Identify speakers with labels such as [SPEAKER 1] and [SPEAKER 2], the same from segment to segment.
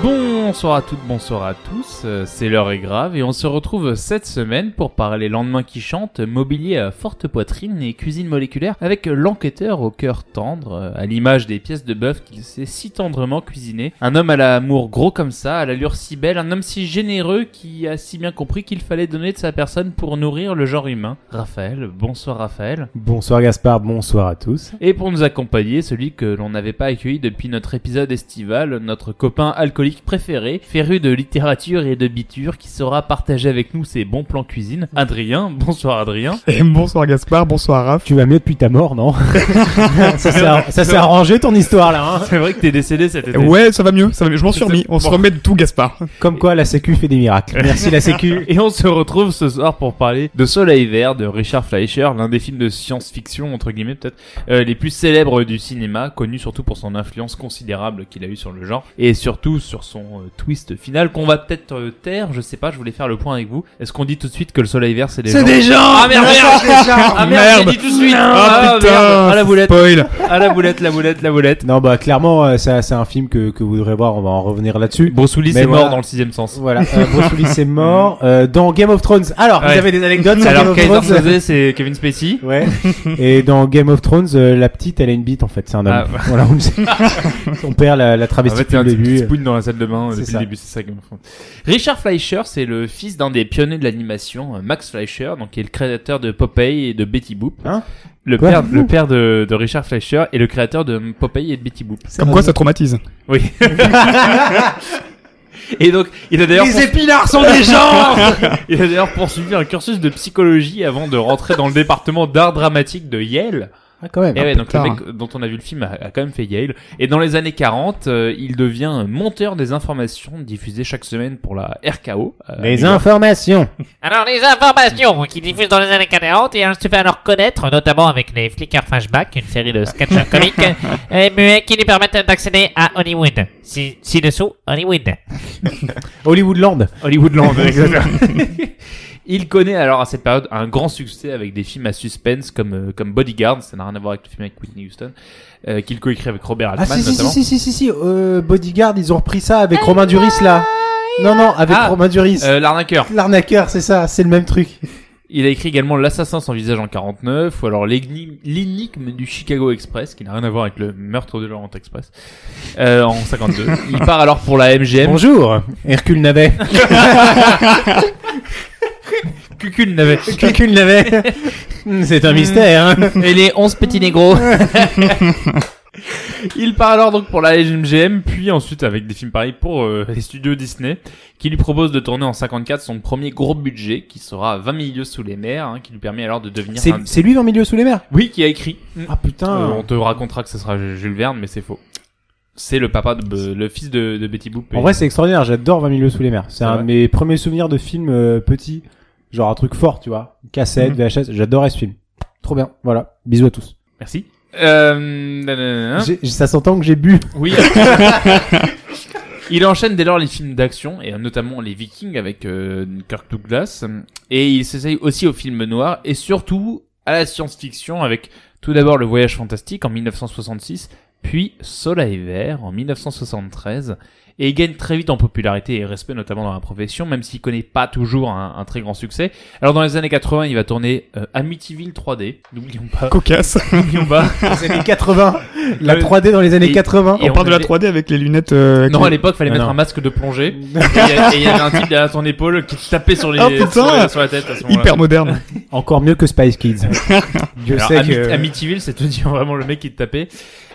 [SPEAKER 1] Bonsoir à toutes, bonsoir à tous, euh, c'est l'heure est grave et on se retrouve cette semaine pour parler lendemain qui chante, mobilier à forte poitrine et cuisine moléculaire avec l'enquêteur au cœur tendre, euh, à l'image des pièces de bœuf qu'il sait si tendrement cuisiner. Un homme à l'amour gros comme ça, à l'allure si belle, un homme si généreux qui a si bien compris qu'il fallait donner de sa personne pour nourrir le genre humain. Raphaël, bonsoir Raphaël.
[SPEAKER 2] Bonsoir Gaspard, bonsoir à tous.
[SPEAKER 1] Et pour nous accompagner, celui que l'on n'avait pas accueilli depuis notre épisode estival, notre copain alcoolique préféré, féru de littérature et de biture, qui saura partager avec nous ses bons plans cuisine. Adrien, bonsoir Adrien.
[SPEAKER 3] Et bonsoir Gaspard, bonsoir Raph.
[SPEAKER 2] Tu vas mieux depuis ta mort, non Ça s'est ar- ça s'est arrangé ton histoire là. hein
[SPEAKER 1] C'est vrai que t'es décédé cet été.
[SPEAKER 3] Eh Ouais, ça va mieux, ça va mieux. Je m'en suis remis. On se
[SPEAKER 1] Bon.
[SPEAKER 3] remet de tout, Gaspard.
[SPEAKER 2] Comme quoi la Sécu fait des miracles. Merci la Sécu.
[SPEAKER 1] Et on se retrouve ce soir pour parler de Soleil Vert de Richard Fleischer, l'un des films de science-fiction, entre guillemets peut-être, euh, les plus célèbres du cinéma, connu surtout pour son influence considérable qu'il a eu sur le genre, et surtout sur son euh, twist final qu'on va peut-être euh, taire, je sais pas, je voulais faire le point avec vous. Est-ce qu'on dit tout de suite que le Soleil Vert c'est des gens
[SPEAKER 3] gens
[SPEAKER 1] Ah merde, merde Ah merde,
[SPEAKER 3] Merde.
[SPEAKER 1] j'ai dit tout de suite
[SPEAKER 3] Ah,
[SPEAKER 1] Ah,
[SPEAKER 3] putain
[SPEAKER 1] merde. À la boulette
[SPEAKER 3] Spoil
[SPEAKER 1] À la boulette, la boulette, la boulette
[SPEAKER 2] Non bah clairement euh, ça- c'est un film que, que vous devrez voir, on va en revenir là-dessus.
[SPEAKER 1] Bruce Willis
[SPEAKER 2] Mais
[SPEAKER 1] est
[SPEAKER 2] voilà.
[SPEAKER 1] mort dans le sixième sens.
[SPEAKER 2] Voilà, euh, Bruce Willis est mort. Euh, dans Game of Thrones, alors
[SPEAKER 1] Ouais.
[SPEAKER 2] Ah, vous avez des anecdotes sur
[SPEAKER 1] Alors,
[SPEAKER 2] Game
[SPEAKER 1] Kaiser
[SPEAKER 2] of Thrones
[SPEAKER 1] Soze, c'est Kevin Spacey.
[SPEAKER 2] Ouais. Et dans Game of Thrones, euh, la petite elle a une bite en fait, c'est un homme.
[SPEAKER 1] Ah, bah.
[SPEAKER 2] Voilà, on le sait. Son père la, la
[SPEAKER 1] En
[SPEAKER 2] travestit
[SPEAKER 1] fait, t'es
[SPEAKER 2] depuis
[SPEAKER 1] un
[SPEAKER 2] le
[SPEAKER 1] petit
[SPEAKER 2] début.
[SPEAKER 1] spoon dans la salle de bain euh,
[SPEAKER 2] C'est
[SPEAKER 1] depuis
[SPEAKER 2] ça.
[SPEAKER 1] le début, c'est ça qu'ils me font. Richard Fleischer, c'est le fils d'un des pionniers de l'animation, euh, Max Fleischer, donc qui est le créateur de Popeye et de Betty Boop.
[SPEAKER 2] Hein
[SPEAKER 1] le
[SPEAKER 2] Quoi
[SPEAKER 1] père, le père de, de Richard Fleischer et le créateur de Popeye et de Betty Boop.
[SPEAKER 3] Comme quoi ça traumatise.
[SPEAKER 1] Oui. et donc, il a d'ailleurs poursu-
[SPEAKER 2] épinards sont des gens
[SPEAKER 1] il a d'ailleurs poursuivi un cursus de psychologie avant de rentrer dans le département d'art dramatique de Yale.
[SPEAKER 2] Ah quand même.
[SPEAKER 1] Et ouais, Eh ben, donc
[SPEAKER 3] tard,
[SPEAKER 1] le mec dont on a vu le film a, a quand même fait Yale. Et dans les années 40, euh, il devient monteur des informations diffusées chaque semaine pour la RKO. euh, à New
[SPEAKER 2] Les
[SPEAKER 1] York.
[SPEAKER 2] informations.
[SPEAKER 4] Alors, les informations qu'ils diffusent dans les années 40 et insuffisent à leur connaître, notamment avec les Flickr Flashback, une série de sketchs comiques et muets qui lui permettent d'accéder à Hollywood. Ci- Ci-dessous, Hollywood.
[SPEAKER 2] Hollywoodland.
[SPEAKER 1] Hollywoodland, exactement. Il connaît alors à cette période un grand succès avec des films à suspense comme, euh, comme Bodyguard, ça n'a rien à voir avec le film avec Whitney Houston, euh, qu'il coécrit avec Robert
[SPEAKER 2] Ah
[SPEAKER 1] Altman
[SPEAKER 2] si si,
[SPEAKER 1] notamment.
[SPEAKER 2] si si si si si euh, Bodyguard ils ont repris ça avec Romain Duris là. Non non avec
[SPEAKER 1] Ah,
[SPEAKER 2] Romain Duris.
[SPEAKER 1] Euh, L'arnaqueur.
[SPEAKER 2] L'arnaqueur c'est ça c'est le même truc.
[SPEAKER 1] Il a écrit également L'assassin sans visage en 49 ou alors l'énigme l'énigme du Chicago Express qui n'a rien à voir avec le meurtre de Laurent Express euh, en 52. Il part alors pour la MGM.
[SPEAKER 2] Bonjour Hercule Navet.
[SPEAKER 1] Cucul n'avait.
[SPEAKER 2] Hercule Navet. c'est un mystère. Hein.
[SPEAKER 1] Et les 11 petits négros. Il part alors donc pour la MGM, puis ensuite avec des films pareils pour euh, les studios Disney, qui lui propose de tourner en 54 son premier gros budget, qui sera 20 milieux sous les mers, hein, qui lui permet alors de devenir
[SPEAKER 2] C'est
[SPEAKER 1] un-
[SPEAKER 2] c'est lui dans Milieu sous les mers.
[SPEAKER 1] Oui, qui a écrit.
[SPEAKER 2] Ah
[SPEAKER 1] Euh, on
[SPEAKER 2] putain.
[SPEAKER 1] te racontera que ce sera Jules Verne, mais c'est faux. C'est le papa, de, euh, le fils de, de Betty Boop.
[SPEAKER 2] En vrai c'est extraordinaire j'adore 20 milieux sous les mers. C'est
[SPEAKER 1] C'est
[SPEAKER 2] un
[SPEAKER 1] vrai.
[SPEAKER 2] de mes premiers souvenirs de films euh, petits genre un truc fort tu vois
[SPEAKER 1] Hmm.
[SPEAKER 2] cassette VHS j'adorais ce film. Trop bien voilà bisous à tous.
[SPEAKER 1] Merci. Euh, nanana.
[SPEAKER 2] J'ai- j'ai- ça s'entend que j'ai bu.
[SPEAKER 1] Oui. il enchaîne dès lors les films d'action, et notamment les Vikings avec euh, Kirk Douglas. Et il s'essaye aussi aux films noirs, et surtout à la science-fiction avec tout d'abord Le Voyage Fantastique en 1966, puis Soleil Vert en 1973. Et il gagne très vite en popularité et respect, notamment dans la profession, même s'il connaît pas toujours un, un très grand succès. Alors dans les années 80, il va tourner euh, Amityville 3D, n'oublions pas,
[SPEAKER 3] Cocasse.
[SPEAKER 1] n'oublions pas.
[SPEAKER 2] Les années 80 la
[SPEAKER 1] Le-
[SPEAKER 2] 3D dans les années
[SPEAKER 1] et-
[SPEAKER 2] 80.
[SPEAKER 1] et
[SPEAKER 3] On parle de la
[SPEAKER 1] avait-
[SPEAKER 3] 3D avec les lunettes. euh, avec
[SPEAKER 1] Ah Non, à
[SPEAKER 3] les-
[SPEAKER 1] l'époque, fallait
[SPEAKER 2] Non,
[SPEAKER 1] mettre
[SPEAKER 2] non.
[SPEAKER 1] un masque de plongée. Et il y a- et il y avait un type derrière ton épaule qui te tapait sur, les,
[SPEAKER 3] Oh, putain
[SPEAKER 1] sur, la, sur la tête à ce moment-là.
[SPEAKER 3] Hyper moderne.
[SPEAKER 2] Encore mieux que Spice Kids. Dieu
[SPEAKER 1] Alors,
[SPEAKER 2] sait
[SPEAKER 1] Ami-
[SPEAKER 2] que.
[SPEAKER 1] Amityville, c'est te dire vraiment le mec qui te tapait.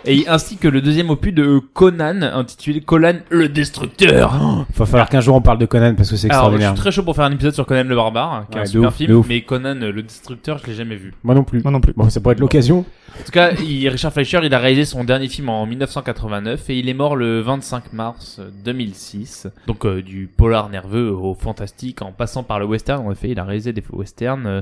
[SPEAKER 1] Et ainsi que le deuxième opus de euh, Conan, intitulé Conan le Destructeur.
[SPEAKER 2] Faut falloir qu'un jour on parle de Conan parce que c'est
[SPEAKER 1] Alors, je
[SPEAKER 2] extraordinaire.
[SPEAKER 1] suis très chaud pour faire un épisode sur Conan le Barbare, qui est
[SPEAKER 2] Ouais,
[SPEAKER 1] un
[SPEAKER 2] de
[SPEAKER 1] super
[SPEAKER 2] ouf, de
[SPEAKER 1] film,
[SPEAKER 2] ouf.
[SPEAKER 1] mais Conan le Destructeur, je l'ai jamais vu.
[SPEAKER 2] Moi non plus.
[SPEAKER 3] Moi non plus.
[SPEAKER 2] Bon, ça pourrait être l'occasion.
[SPEAKER 1] En tout cas, il- Richard Fleischer, il a réalisé son dernier film en 1989 et il est mort le 25 mars euh, 2006. Donc euh, du polar nerveux au fantastique en passant par le western. En effet, il a réalisé des westerns. euh,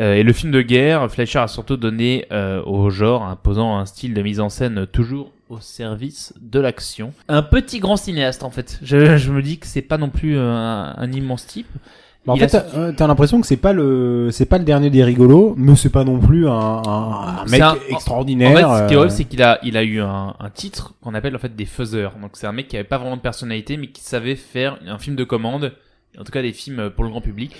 [SPEAKER 1] euh, et le film de guerre, Fleischer a surtout donné euh, au genre, imposant un style de mise en scène toujours au service de l'action. Un petit grand cinéaste en fait. Je, je me dis que c'est pas non plus euh, un, un immense type.
[SPEAKER 2] Bah, en
[SPEAKER 1] Il
[SPEAKER 2] fait,
[SPEAKER 1] a-
[SPEAKER 2] t'as euh, t'as l'impression que c'est pas le, c'est pas le dernier des rigolos, mais c'est pas non plus un, un- un
[SPEAKER 1] C'est
[SPEAKER 2] mec
[SPEAKER 1] un-
[SPEAKER 2] extraordinaire.
[SPEAKER 1] En fait, ce qui est
[SPEAKER 2] euh,
[SPEAKER 1] horrible, c'est qu'il a, il a eu un, un titre qu'on appelle en fait des faiseurs. Donc c'est un mec qui avait pas vraiment de personnalité, mais qui savait faire un film de commande, en tout cas des films pour le grand public.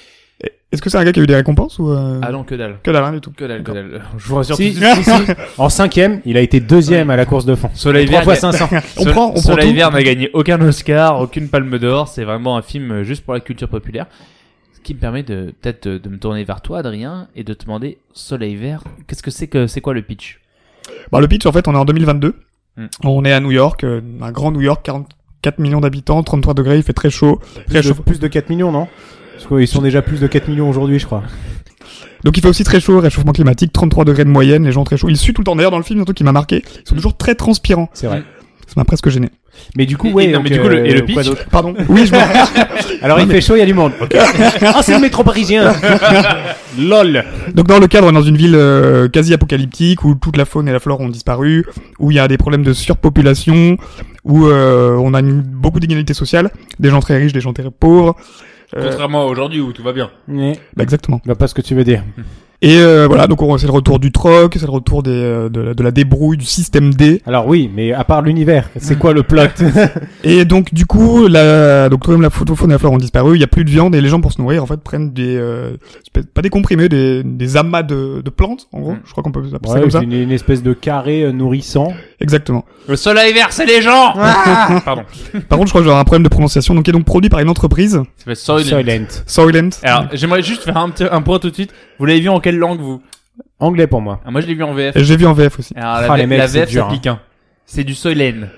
[SPEAKER 3] Est-ce que c'est un gars qui a eu des récompenses ou euh,
[SPEAKER 1] Ah non, que dalle.
[SPEAKER 3] que dalle hein, du tout
[SPEAKER 1] Que dalle, que dalle. Je vous rassure.
[SPEAKER 2] Si,
[SPEAKER 1] tout-
[SPEAKER 2] si, si. En cinquième, il a été deuxième à la course de fond.
[SPEAKER 1] Soleil
[SPEAKER 2] Trois
[SPEAKER 1] Vert,
[SPEAKER 2] fois
[SPEAKER 1] il a-
[SPEAKER 2] 500.
[SPEAKER 3] On
[SPEAKER 1] Sol-
[SPEAKER 3] prend, on prend
[SPEAKER 1] Soleil
[SPEAKER 3] tout.
[SPEAKER 1] Vert n'a gagné aucun Oscar, aucune Palme d'Or. C'est vraiment un film euh, juste pour la culture populaire. Ce qui me permet de peut-être euh, de me tourner vers toi, Adrien, et de te demander Soleil Vert. Qu'est-ce que c'est que c'est quoi le pitch
[SPEAKER 3] Bah, le pitch, en fait, on est en 2022.
[SPEAKER 1] Mm.
[SPEAKER 3] On est à New York, euh, un grand New York, 44 millions d'habitants, 33 degrés, il fait très chaud. Très
[SPEAKER 2] Plus de,
[SPEAKER 3] chaud.
[SPEAKER 2] plus de 4 millions, non Parce qu'ils sont déjà plus de 4 millions aujourd'hui, je crois.
[SPEAKER 3] Donc il fait aussi très chaud, réchauffement climatique, 33 degrés de moyenne, les gens très chauds. Ils suent tout le temps. D'ailleurs, dans le film, un truc qui m'a marqué, ils sont toujours très transpirants.
[SPEAKER 2] C'est vrai.
[SPEAKER 3] Ça m'a presque gêné.
[SPEAKER 2] Mais du coup,
[SPEAKER 1] Mm. Et-
[SPEAKER 2] ouais.
[SPEAKER 1] et non,
[SPEAKER 2] donc, euh,
[SPEAKER 1] mais du coup, le- et le
[SPEAKER 2] quoi
[SPEAKER 1] pitch
[SPEAKER 2] d'autre
[SPEAKER 3] Pardon. Oui, je me...
[SPEAKER 2] Alors, il fait chaud, il y a du monde. Ah, c'est le métro parisien. Lol.
[SPEAKER 3] Donc dans le cadre, on est dans une ville euh, quasi apocalyptique où toute la faune et la flore ont disparu, où il y a des problèmes de surpopulation, où euh, on a une- beaucoup d'inégalités sociales, des gens très riches, des gens très pauvres. Euh,
[SPEAKER 1] Contrairement à aujourd'hui où tout va bien.
[SPEAKER 2] Mais,
[SPEAKER 3] bah, exactement.
[SPEAKER 2] je vois pas ce que tu veux dire.
[SPEAKER 3] Et euh, voilà, donc on- c'est le retour du troc, c'est le retour des, euh, de, la- de la débrouille, du système D.
[SPEAKER 2] Alors oui, mais à part l'univers, c'est quoi le plot
[SPEAKER 3] Et donc du coup, la, donc tout comme la photo- faune et la flore ont disparu, il y a plus de viande et les gens pour se nourrir en fait prennent des euh, espèces- pas des comprimés, des, des amas de, de plantes en gros.
[SPEAKER 1] Mm.
[SPEAKER 3] Je crois qu'on peut appeler ça
[SPEAKER 2] Ouais,
[SPEAKER 3] comme
[SPEAKER 2] c'est
[SPEAKER 3] ça.
[SPEAKER 2] une, une espèce de carré euh, nourrissant.
[SPEAKER 3] Exactement.
[SPEAKER 1] Le Soleil Vert, c'est les gens. Pardon.
[SPEAKER 3] Par contre, je crois que j'aurais un problème de prononciation. Donc, qui est donc produit par une entreprise,
[SPEAKER 1] Ça s'appelle Soylent.
[SPEAKER 2] Silent.
[SPEAKER 3] Soylent.
[SPEAKER 1] Alors, j'aimerais juste faire un, petit, un point tout de suite. Vous l'avez vu en quelle langue, vous
[SPEAKER 2] Anglais pour moi.
[SPEAKER 1] Ah, Moi, je l'ai vu en VF.
[SPEAKER 3] Et J'ai vu en VF aussi.
[SPEAKER 1] Alors, la,
[SPEAKER 2] Ah, les
[SPEAKER 1] VF,
[SPEAKER 2] mecs,
[SPEAKER 1] la
[SPEAKER 2] c'est
[SPEAKER 1] VF,
[SPEAKER 2] dur,
[SPEAKER 1] ça pique, hein. C'est du Soylent.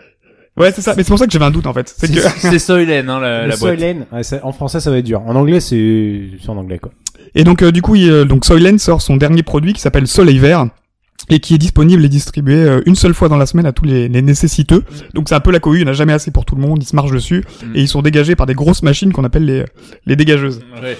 [SPEAKER 3] Ouais, c'est ça. Mais c'est pour ça que j'avais un doute en fait. C'est
[SPEAKER 1] C'est
[SPEAKER 3] que...
[SPEAKER 1] c'est Soylent, hein, la,
[SPEAKER 2] Le
[SPEAKER 1] la boîte.
[SPEAKER 2] Soylent, ouais, ça- en français ça va être dur. En anglais c'est c'est en anglais quoi.
[SPEAKER 3] Et donc, euh, du coup, il, euh, donc Soylent sort son dernier produit qui s'appelle Soleil Vert et qui est disponible et distribué euh, une seule fois dans la semaine à tous les, les nécessiteux. Donc, c'est un peu la cohue. Il n'y en a jamais assez pour tout le monde. Ils se marchent dessus
[SPEAKER 1] Mm.
[SPEAKER 3] et ils sont dégagés par des grosses machines qu'on appelle les, les dégageuses.
[SPEAKER 1] Ouais.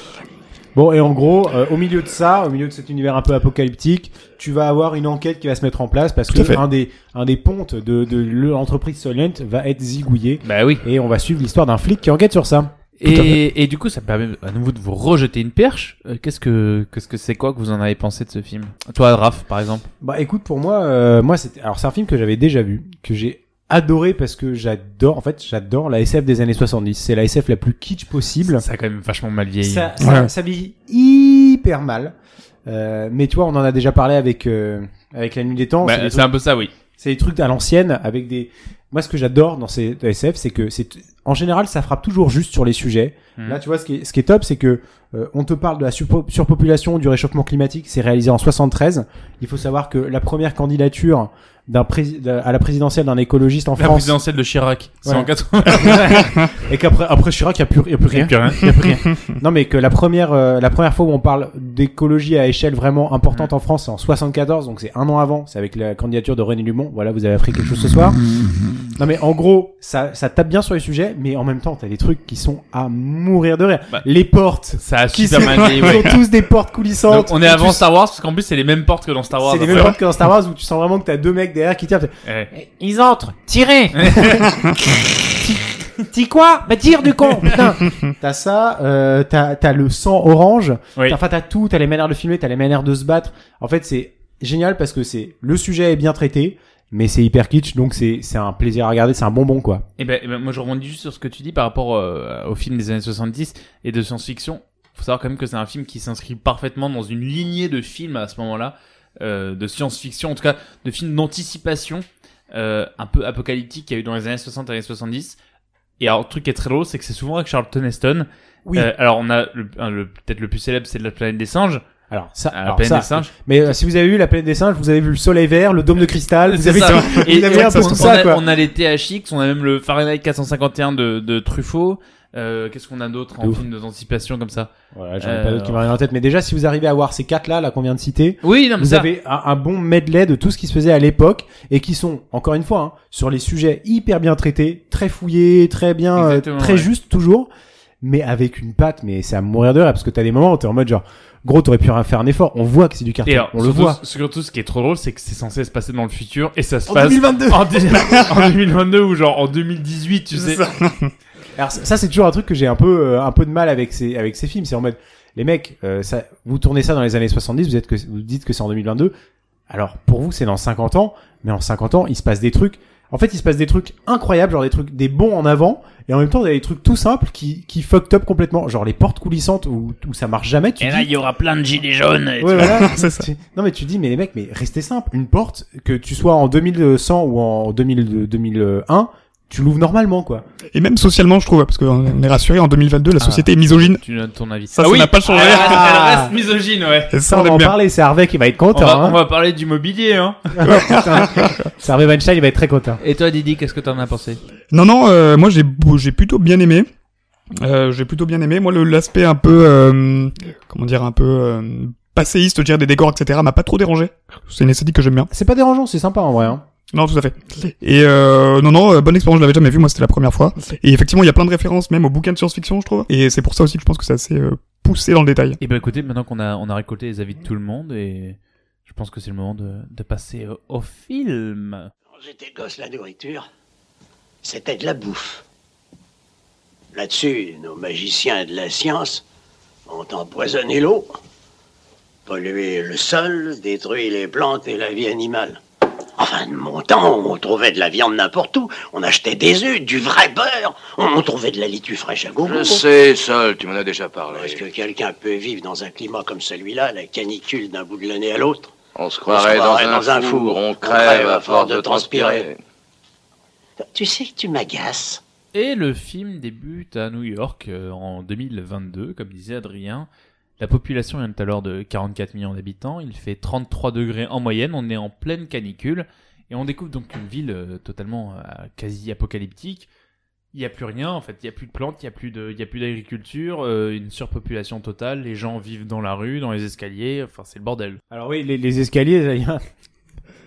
[SPEAKER 2] Bon et en gros, euh, au milieu de ça, au milieu de cet univers un peu apocalyptique, tu vas avoir une enquête qui va se mettre en place parce
[SPEAKER 3] Tout
[SPEAKER 2] que
[SPEAKER 3] à fait.
[SPEAKER 2] un des un des pontes de de l'entreprise Soylent va être zigouillé
[SPEAKER 1] Bah oui.
[SPEAKER 2] et on va suivre l'histoire d'un flic qui enquête sur ça.
[SPEAKER 1] Et,
[SPEAKER 3] à
[SPEAKER 1] et du coup, ça me permet à nouveau de vous rejeter une perche. Euh, Qu'est-ce que qu'est-ce que c'est quoi que vous en avez pensé de ce film Toi, Raph, par exemple.
[SPEAKER 2] Bah écoute, pour moi, euh, moi c'était. Alors c'est un film que j'avais déjà vu, que j'ai adoré parce que j'adore. En fait, j'adore la SF des années 70. C'est la SF la plus kitsch possible.
[SPEAKER 1] Ça a quand même vachement mal vieilli.
[SPEAKER 2] Ça, ça,
[SPEAKER 3] Ouais.
[SPEAKER 2] ça vieillit hyper mal. Euh, mais tu vois, on en a déjà parlé avec euh, avec la nuit des temps.
[SPEAKER 1] Bah,
[SPEAKER 2] c'est des
[SPEAKER 1] c'est un peu ça, oui.
[SPEAKER 2] c'est des trucs à l'ancienne avec des. Moi, ce que j'adore dans ces SF, c'est que c'est en général, ça frappe toujours juste sur les sujets.
[SPEAKER 1] Mhm.
[SPEAKER 2] Là, tu vois, ce qui est, ce qui est top, c'est que euh, on te parle de la surpo- surpopulation, du réchauffement climatique. C'est réalisé en 73. Il faut savoir que la première candidature d'un pré- d'un- à la présidentielle d'un écologiste en
[SPEAKER 1] La
[SPEAKER 2] France
[SPEAKER 1] présidentielle de Chirac, c'est
[SPEAKER 2] Voilà.
[SPEAKER 1] en 80.
[SPEAKER 2] et qu'après après Chirac, il y a plus, il y a plus rien.
[SPEAKER 1] Plus rien.
[SPEAKER 2] Y a plus rien. non, mais que la première, euh, la première fois où on parle d'écologie à échelle vraiment importante en France, c'est en 74, donc c'est un an avant. C'est avec la candidature de René Dumont. Voilà, vous avez appris quelque chose ce soir. Non, mais en gros, ça, ça tape bien sur les sujets, mais en même temps, t'as des trucs qui sont à mourir de rire.
[SPEAKER 1] Bah.
[SPEAKER 2] les portes.
[SPEAKER 1] Ça a
[SPEAKER 2] Qui
[SPEAKER 1] super
[SPEAKER 2] c'est-
[SPEAKER 1] mal vieilli,
[SPEAKER 2] Ils
[SPEAKER 1] ouais.
[SPEAKER 2] ont tous des portes coulissantes.
[SPEAKER 1] Donc, on est
[SPEAKER 2] où
[SPEAKER 1] avant
[SPEAKER 2] tu-
[SPEAKER 1] Star Wars parce qu'en plus c'est les mêmes portes que dans Star Wars. hein.
[SPEAKER 2] C'est les mêmes portes que dans Star Wars où tu sens vraiment que t'as deux mecs derrière qui tirent.
[SPEAKER 1] Ouais.
[SPEAKER 4] Ils entrent, tirez
[SPEAKER 2] T'y quoi Bah tire du con Putain T'as ça, euh, t'as t'as le sang orange,
[SPEAKER 1] Oui.
[SPEAKER 2] T'as- enfin t'as tout, t'as les manières de filmer, t'as les manières de se battre. En fait c'est génial parce que c'est le sujet est bien traité, mais c'est hyper kitsch donc c'est c'est un plaisir à regarder, c'est un bonbon quoi.
[SPEAKER 1] Eh ben, eh ben, moi je rebondis juste sur ce que tu dis par rapport euh, au film des années 70 et de science-fiction. Faut savoir quand même que c'est un film qui s'inscrit parfaitement dans une lignée de films à ce moment-là, euh, de science-fiction, en tout cas de films d'anticipation euh, un peu apocalyptique qu'il y a eu dans les années 60 et les années 70. Et alors, le truc qui est très drôle, c'est que c'est souvent avec Charlton Heston.
[SPEAKER 2] Oui.
[SPEAKER 1] Euh, alors, on a le, un- le- peut-être le plus célèbre, c'est de la planète des singes.
[SPEAKER 2] Alors ça,
[SPEAKER 1] À la
[SPEAKER 2] alors,
[SPEAKER 1] planète
[SPEAKER 2] ça-
[SPEAKER 1] des singes.
[SPEAKER 2] Mais euh, si vous avez vu la planète des singes, vous avez vu le soleil vert, le dôme de cristal, vous avez
[SPEAKER 1] ça.
[SPEAKER 2] vous avez un peu
[SPEAKER 1] on,
[SPEAKER 2] tout ça
[SPEAKER 1] a,
[SPEAKER 2] quoi.
[SPEAKER 1] on a les THX, on a même le Fahrenheit 451 de, de Truffaut. Euh, Qu'est-ce qu'on a d'autre en
[SPEAKER 2] Ouf.
[SPEAKER 1] film d'anticipation comme ça
[SPEAKER 2] Voilà, j'en ai
[SPEAKER 1] Euh,
[SPEAKER 2] pas d'autres qui me viennent en tête, mais déjà si vous arrivez à voir ces quatre là, là qu'on vient de citer,
[SPEAKER 1] Oui, non, mais
[SPEAKER 2] Vous
[SPEAKER 1] ça-
[SPEAKER 2] avez un, un bon medley de tout ce qui se faisait à l'époque et qui sont, encore une fois, hein, sur les sujets hyper bien traités, très fouillés, très bien, euh,
[SPEAKER 1] Exactement,
[SPEAKER 2] très
[SPEAKER 1] ouais.
[SPEAKER 2] juste toujours, mais avec une patte, mais c'est à mourir de rire parce que t'as des moments où t'es en mode genre, gros, t'aurais pu faire un effort, on voit que c'est du carton,
[SPEAKER 1] Et alors,
[SPEAKER 2] on le
[SPEAKER 1] surtout,
[SPEAKER 2] voit.
[SPEAKER 1] Surtout, ce qui est trop drôle, c'est que c'est censé se passer dans le futur et ça se
[SPEAKER 2] En
[SPEAKER 1] passe
[SPEAKER 2] 2022.
[SPEAKER 1] en, dé- en 2022 ou genre en 2018, tu sais.
[SPEAKER 2] Alors ça, ça, c'est toujours un truc que j'ai un peu, euh, un peu de mal avec ces, avec ces films. C'est en mode, les mecs, euh, ça, vous tournez ça dans les années 70, vous, êtes que, vous dites que c'est en 2022. Alors pour vous, c'est dans 50 ans, mais en 50 ans, il se passe des trucs. En fait, il se passe des trucs incroyables, genre des trucs, des bons en avant, et en même temps, il y a des trucs tout simples qui, qui fucked up complètement, genre les portes coulissantes où, où ça marche jamais. Tu
[SPEAKER 5] Et
[SPEAKER 2] dis,
[SPEAKER 5] là, il y aura plein de gilets jaunes. et
[SPEAKER 2] Ouais, voilà.
[SPEAKER 3] C'est ça.
[SPEAKER 2] Tu- Non mais tu dis mais les mecs mais restez simple une porte que tu sois en 2100 ou en 2000, 2001 tu l'ouvres normalement quoi.
[SPEAKER 3] Et même socialement, je trouve, parce qu'on est rassuré, en 2022, la société est misogyne.
[SPEAKER 1] Tu donnes ton avis. Ah
[SPEAKER 3] Ça, ça n'a pas changé.
[SPEAKER 1] Elle reste-
[SPEAKER 2] Ah.
[SPEAKER 1] Elle reste misogyne, ouais.
[SPEAKER 3] Et ça,
[SPEAKER 2] on
[SPEAKER 3] on
[SPEAKER 2] va en
[SPEAKER 3] aime bien.
[SPEAKER 2] parler c'est Harvey qui va être
[SPEAKER 1] On
[SPEAKER 2] content.
[SPEAKER 1] va, on
[SPEAKER 2] hein.
[SPEAKER 1] va parler du mobilier, hein.
[SPEAKER 2] C'est Harvey Weinstein il va être très content.
[SPEAKER 1] Et toi, Didi, qu'est-ce que t'en as pensé
[SPEAKER 3] Non, non, euh, moi j'ai j'ai plutôt bien aimé. Euh, j'ai plutôt bien aimé. Moi, le- l'aspect un peu, euh, comment dire, un peu euh, passéiste, je dirais, des décors, etc., m'a pas trop dérangé. C'est une esthétique que j'aime bien.
[SPEAKER 2] C'est pas dérangeant c'est sympa en vrai. Hein.
[SPEAKER 3] Non, tout à fait. Et euh, non, non, euh, bonne expérience, je l'avais jamais vu, moi c'était la première fois. Et effectivement, il y a plein de références, même au bouquin de science-fiction, je trouve. Et c'est pour ça aussi que je pense que c'est assez euh, poussé dans le détail.
[SPEAKER 1] Eh ben, écoutez, maintenant qu'on a, on a récolté les avis de tout le monde, et je pense que c'est le moment de, de passer au, au film.
[SPEAKER 6] Quand j'étais gosse, la nourriture, c'était de la bouffe. Là-dessus, nos magiciens de la science ont empoisonné l'eau, pollué le sol, détruit les plantes et la vie animale. Enfin, de mon temps, on trouvait de la viande n'importe où, on achetait des œufs, du vrai beurre, on trouvait de la litue fraîche à gogo.
[SPEAKER 7] Je sais, Sol, tu m'en as déjà parlé.
[SPEAKER 6] Est-ce que quelqu'un peut vivre dans un climat comme celui-là, la canicule d'un bout de l'année à l'autre
[SPEAKER 7] On se croirait,
[SPEAKER 6] On se croirait
[SPEAKER 7] dans,
[SPEAKER 6] dans
[SPEAKER 7] un
[SPEAKER 6] un
[SPEAKER 7] four,
[SPEAKER 6] four.
[SPEAKER 7] on crève à force de transpirer.
[SPEAKER 6] Tu sais que tu m'agaces.
[SPEAKER 1] Et le film débute à New York euh, en 2022, comme disait Adrien. La population vient tout à l'heure de 44 millions d'habitants, il fait 33 degrés en moyenne, on est en pleine canicule, et on découvre donc une ville euh, totalement euh, quasi apocalyptique. Il n'y a plus rien en fait, il n'y a plus de plantes, il n'y a plus de- il y a plus d'agriculture, euh, une surpopulation totale, les gens vivent dans la rue, dans les escaliers, enfin c'est le bordel.
[SPEAKER 2] Alors oui les, les escaliers là, il y a